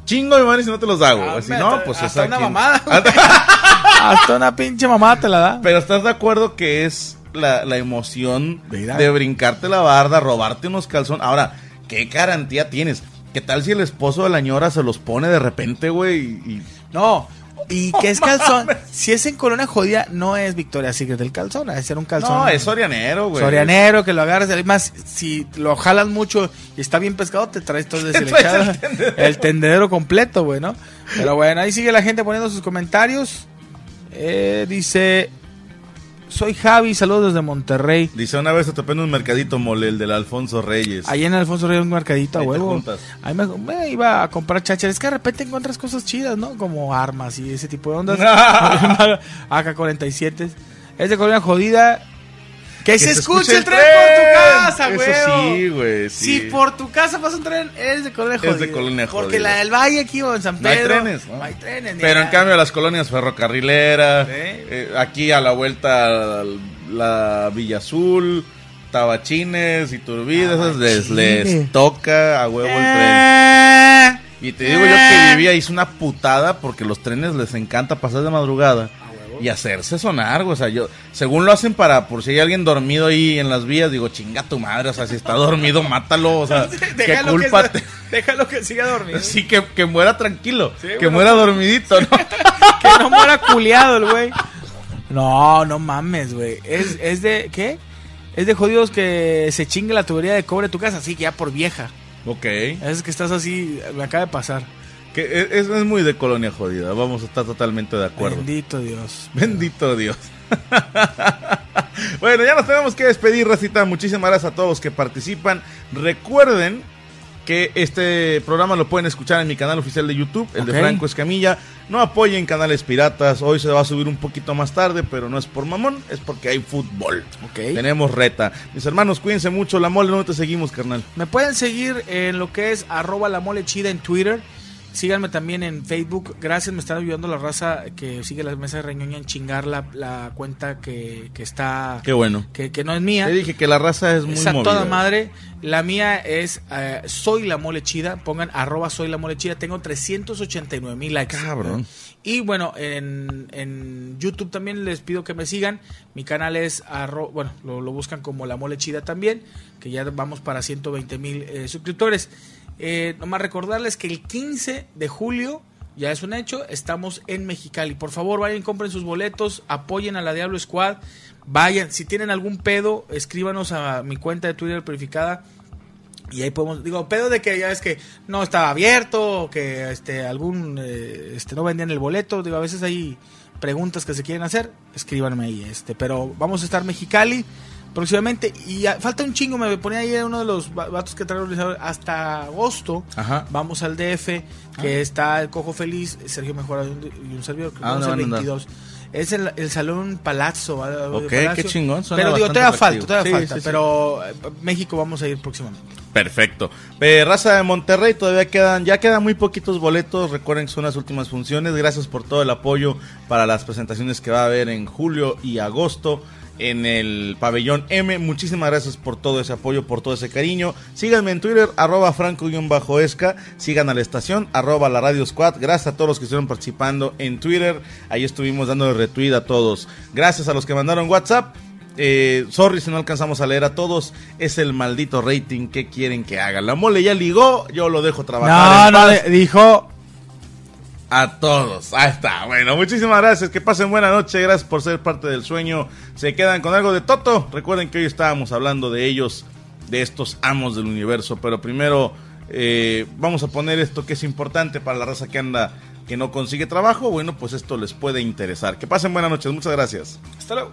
Speaker 3: Chingo mi madre si no te los hago.
Speaker 2: Ah,
Speaker 3: Así,
Speaker 2: hombre,
Speaker 3: no,
Speaker 2: hasta-
Speaker 3: pues
Speaker 2: hasta
Speaker 3: esa
Speaker 2: una
Speaker 3: quien-
Speaker 2: mamada, güey.
Speaker 3: Ah.
Speaker 2: Hasta una pinche mamá te la da.
Speaker 3: Pero estás de acuerdo que es la, la emoción
Speaker 2: De ir a-
Speaker 3: de brincarte la barda, robarte unos calzones. Ahora, ¿qué garantía tienes? ¿Qué tal si el esposo de la ñora se los pone de repente, güey? Y, y-
Speaker 2: No. Y que es calzón. Si es en Corona Jodida, no es Victoria Secret el calzón. Es ser un calzón.
Speaker 3: No, es Sorianero,
Speaker 2: Pues.
Speaker 3: güey.
Speaker 2: Sorianero, que lo agarres. Además, si lo jalas mucho y está bien pescado, te traes todo deshilachado.
Speaker 3: traes el
Speaker 2: el, tendedero completo, güey, ¿no? Pero bueno, ahí sigue la gente poniendo sus comentarios. Eh, dice: Soy Javi, saludos desde Monterrey.
Speaker 3: Dice una vez se topé en un mercadito mole, el del Alfonso Reyes.
Speaker 2: Allí en Alfonso Reyes un mercadito a
Speaker 3: Ahí te
Speaker 2: huevo.
Speaker 3: juntas.
Speaker 2: Ahí me, me iba a comprar cháchara. Es que de repente encuentras cosas chidas, ¿no? Como armas y ese tipo de ondas. AK-47. Es de Colombia jodida. Que, se, escuche, el tren por tu casa, güey.
Speaker 3: Eso sí, güey. Sí.
Speaker 2: Si por tu casa pasa un tren, es de colonia
Speaker 3: Es de
Speaker 2: jodida.
Speaker 3: colonia
Speaker 2: Porque
Speaker 3: jodida.
Speaker 2: la del Valle aquí o en San
Speaker 3: No hay
Speaker 2: Pedro.
Speaker 3: trenes, ¿no?
Speaker 2: hay trenes, ni
Speaker 3: Pero en
Speaker 2: nada.
Speaker 3: cambio las colonias ferrocarrileras,
Speaker 2: Sí.
Speaker 3: eh, aquí a la vuelta al- la Villa Azul, Tabachines, Iturbide, esas les, les toca a huevo el tren.
Speaker 2: Eh,
Speaker 3: Y te digo yo que vivía hice una putada porque los trenes les encanta pasar de madrugada y hacerse sonar, güey. O sea, yo, según lo hacen para por si hay alguien dormido ahí en las vías, digo, chinga tu madre, o sea, si está dormido, mátalo, o sea, qué
Speaker 2: déjalo,
Speaker 3: culpa
Speaker 2: que,
Speaker 3: te-
Speaker 2: déjalo que siga dormido.
Speaker 3: Sí, que, que muera tranquilo,
Speaker 2: Sí,
Speaker 3: que
Speaker 2: bueno,
Speaker 3: muera dormidito, ¿no?
Speaker 2: que no muera culiado el güey. No, no mames, güey. Es, es de. ¿Qué? Es de jodidos que se chingue la tubería de cobre de tu casa, así que ya por vieja.
Speaker 3: Ok.
Speaker 2: Es que estás así, me acaba de pasar.
Speaker 3: Que e- es, es muy de colonia jodida. Vamos a estar totalmente de acuerdo. Bendito,
Speaker 2: Bendito Dios.
Speaker 3: Dios. bueno, ya nos tenemos que despedir, Racita. Muchísimas gracias a todos los que participan. Recuerden que este programa lo pueden escuchar en mi canal oficial de YouTube, el de
Speaker 2: Ok.
Speaker 3: Franco Escamilla. No apoyen canales piratas. Hoy se va a subir un poquito más tarde, pero no es por mamón, es porque hay fútbol.
Speaker 2: Ok.
Speaker 3: Tenemos reta. Mis hermanos, cuídense mucho. La mole, no te seguimos, carnal.
Speaker 2: Me pueden seguir en lo que es arroba la mole chida en Twitter. Síganme también en Facebook. Gracias, me está ayudando la raza que sigue la mesa de Reñoña en chingar la, la cuenta que, que está.
Speaker 3: Qué bueno.
Speaker 2: Que, que no es mía.
Speaker 3: Te dije que la raza es muy
Speaker 2: Esa
Speaker 3: movida.
Speaker 2: toda madre. La mía es eh, Soy la Mole Chida. Pongan arroba Soy la Mole Chida. Tengo 389 mil likes.
Speaker 3: Cabrón.
Speaker 2: Y bueno, en, en YouTube también les pido que me sigan. Mi canal es arroba, bueno, lo, lo buscan como La Mole Chida también, que ya vamos para 120 mil eh, suscriptores. Eh, nomás recordarles que el 15 de julio, ya es un hecho, estamos en Mexicali. Por favor, vayan, compren sus boletos, apoyen a la Diablo Squad. Vayan, si tienen algún pedo, escríbanos a mi cuenta de Twitter purificada. Y ahí podemos, digo, pedo de que ya es que no estaba abierto, o que este, algún, eh, este, no vendían el boleto, digo, a veces hay preguntas que se quieren hacer, escríbanme ahí, este, pero vamos a estar Mexicali próximamente y ah, falta un chingo, me ponía ahí uno de los va- vatos que trae organizador, hasta agosto,
Speaker 3: Ajá. Ah.
Speaker 2: vamos al DF, que está el Cojo Feliz, Sergio Mejora y un- y un servidor,
Speaker 3: ¿A dónde
Speaker 2: vamos
Speaker 3: van a
Speaker 2: el
Speaker 3: andar?
Speaker 2: 22. Es el, el Salón Palazzo. ah,
Speaker 3: Ok,
Speaker 2: Palacio.
Speaker 3: qué chingón, suena
Speaker 2: Pero digo,
Speaker 3: bastante
Speaker 2: todavía falta,
Speaker 3: atractivo.
Speaker 2: todavía
Speaker 3: Sí,
Speaker 2: falta.
Speaker 3: sí, sí.
Speaker 2: Pero eh, México vamos a ir próximamente.
Speaker 3: Perfecto. Eh, raza de Monterrey, todavía quedan, ya quedan muy poquitos boletos. Recuerden que son las últimas funciones. Gracias por todo el apoyo para las presentaciones que va a haber en julio y agosto en el pabellón M. Muchísimas gracias por todo ese apoyo, por todo ese cariño. Síganme en Twitter, arroba franco-esca. Sigan a la estación, arroba la radio squad. Gracias a todos los que estuvieron participando en Twitter. Ahí estuvimos dándole retweet a todos. Gracias a los que mandaron WhatsApp. Eh, sorry si no alcanzamos a leer a todos. Es el maldito rating que quieren que haga. La mole ya ligó, yo lo dejo trabajar.
Speaker 6: No,
Speaker 3: en
Speaker 6: no,
Speaker 3: paz.
Speaker 6: de- dijo.
Speaker 3: A todos. Ahí está. Bueno, muchísimas gracias. Que pasen buena noche. Gracias por ser parte del sueño. Se quedan con algo de Toto. Recuerden que hoy estábamos hablando de ellos, de estos amos del universo. Pero primero eh, vamos a poner esto que es importante para la raza que anda, que no consigue trabajo. Bueno, pues esto les puede interesar. Que pasen buena noche. Muchas gracias.
Speaker 2: Hasta luego.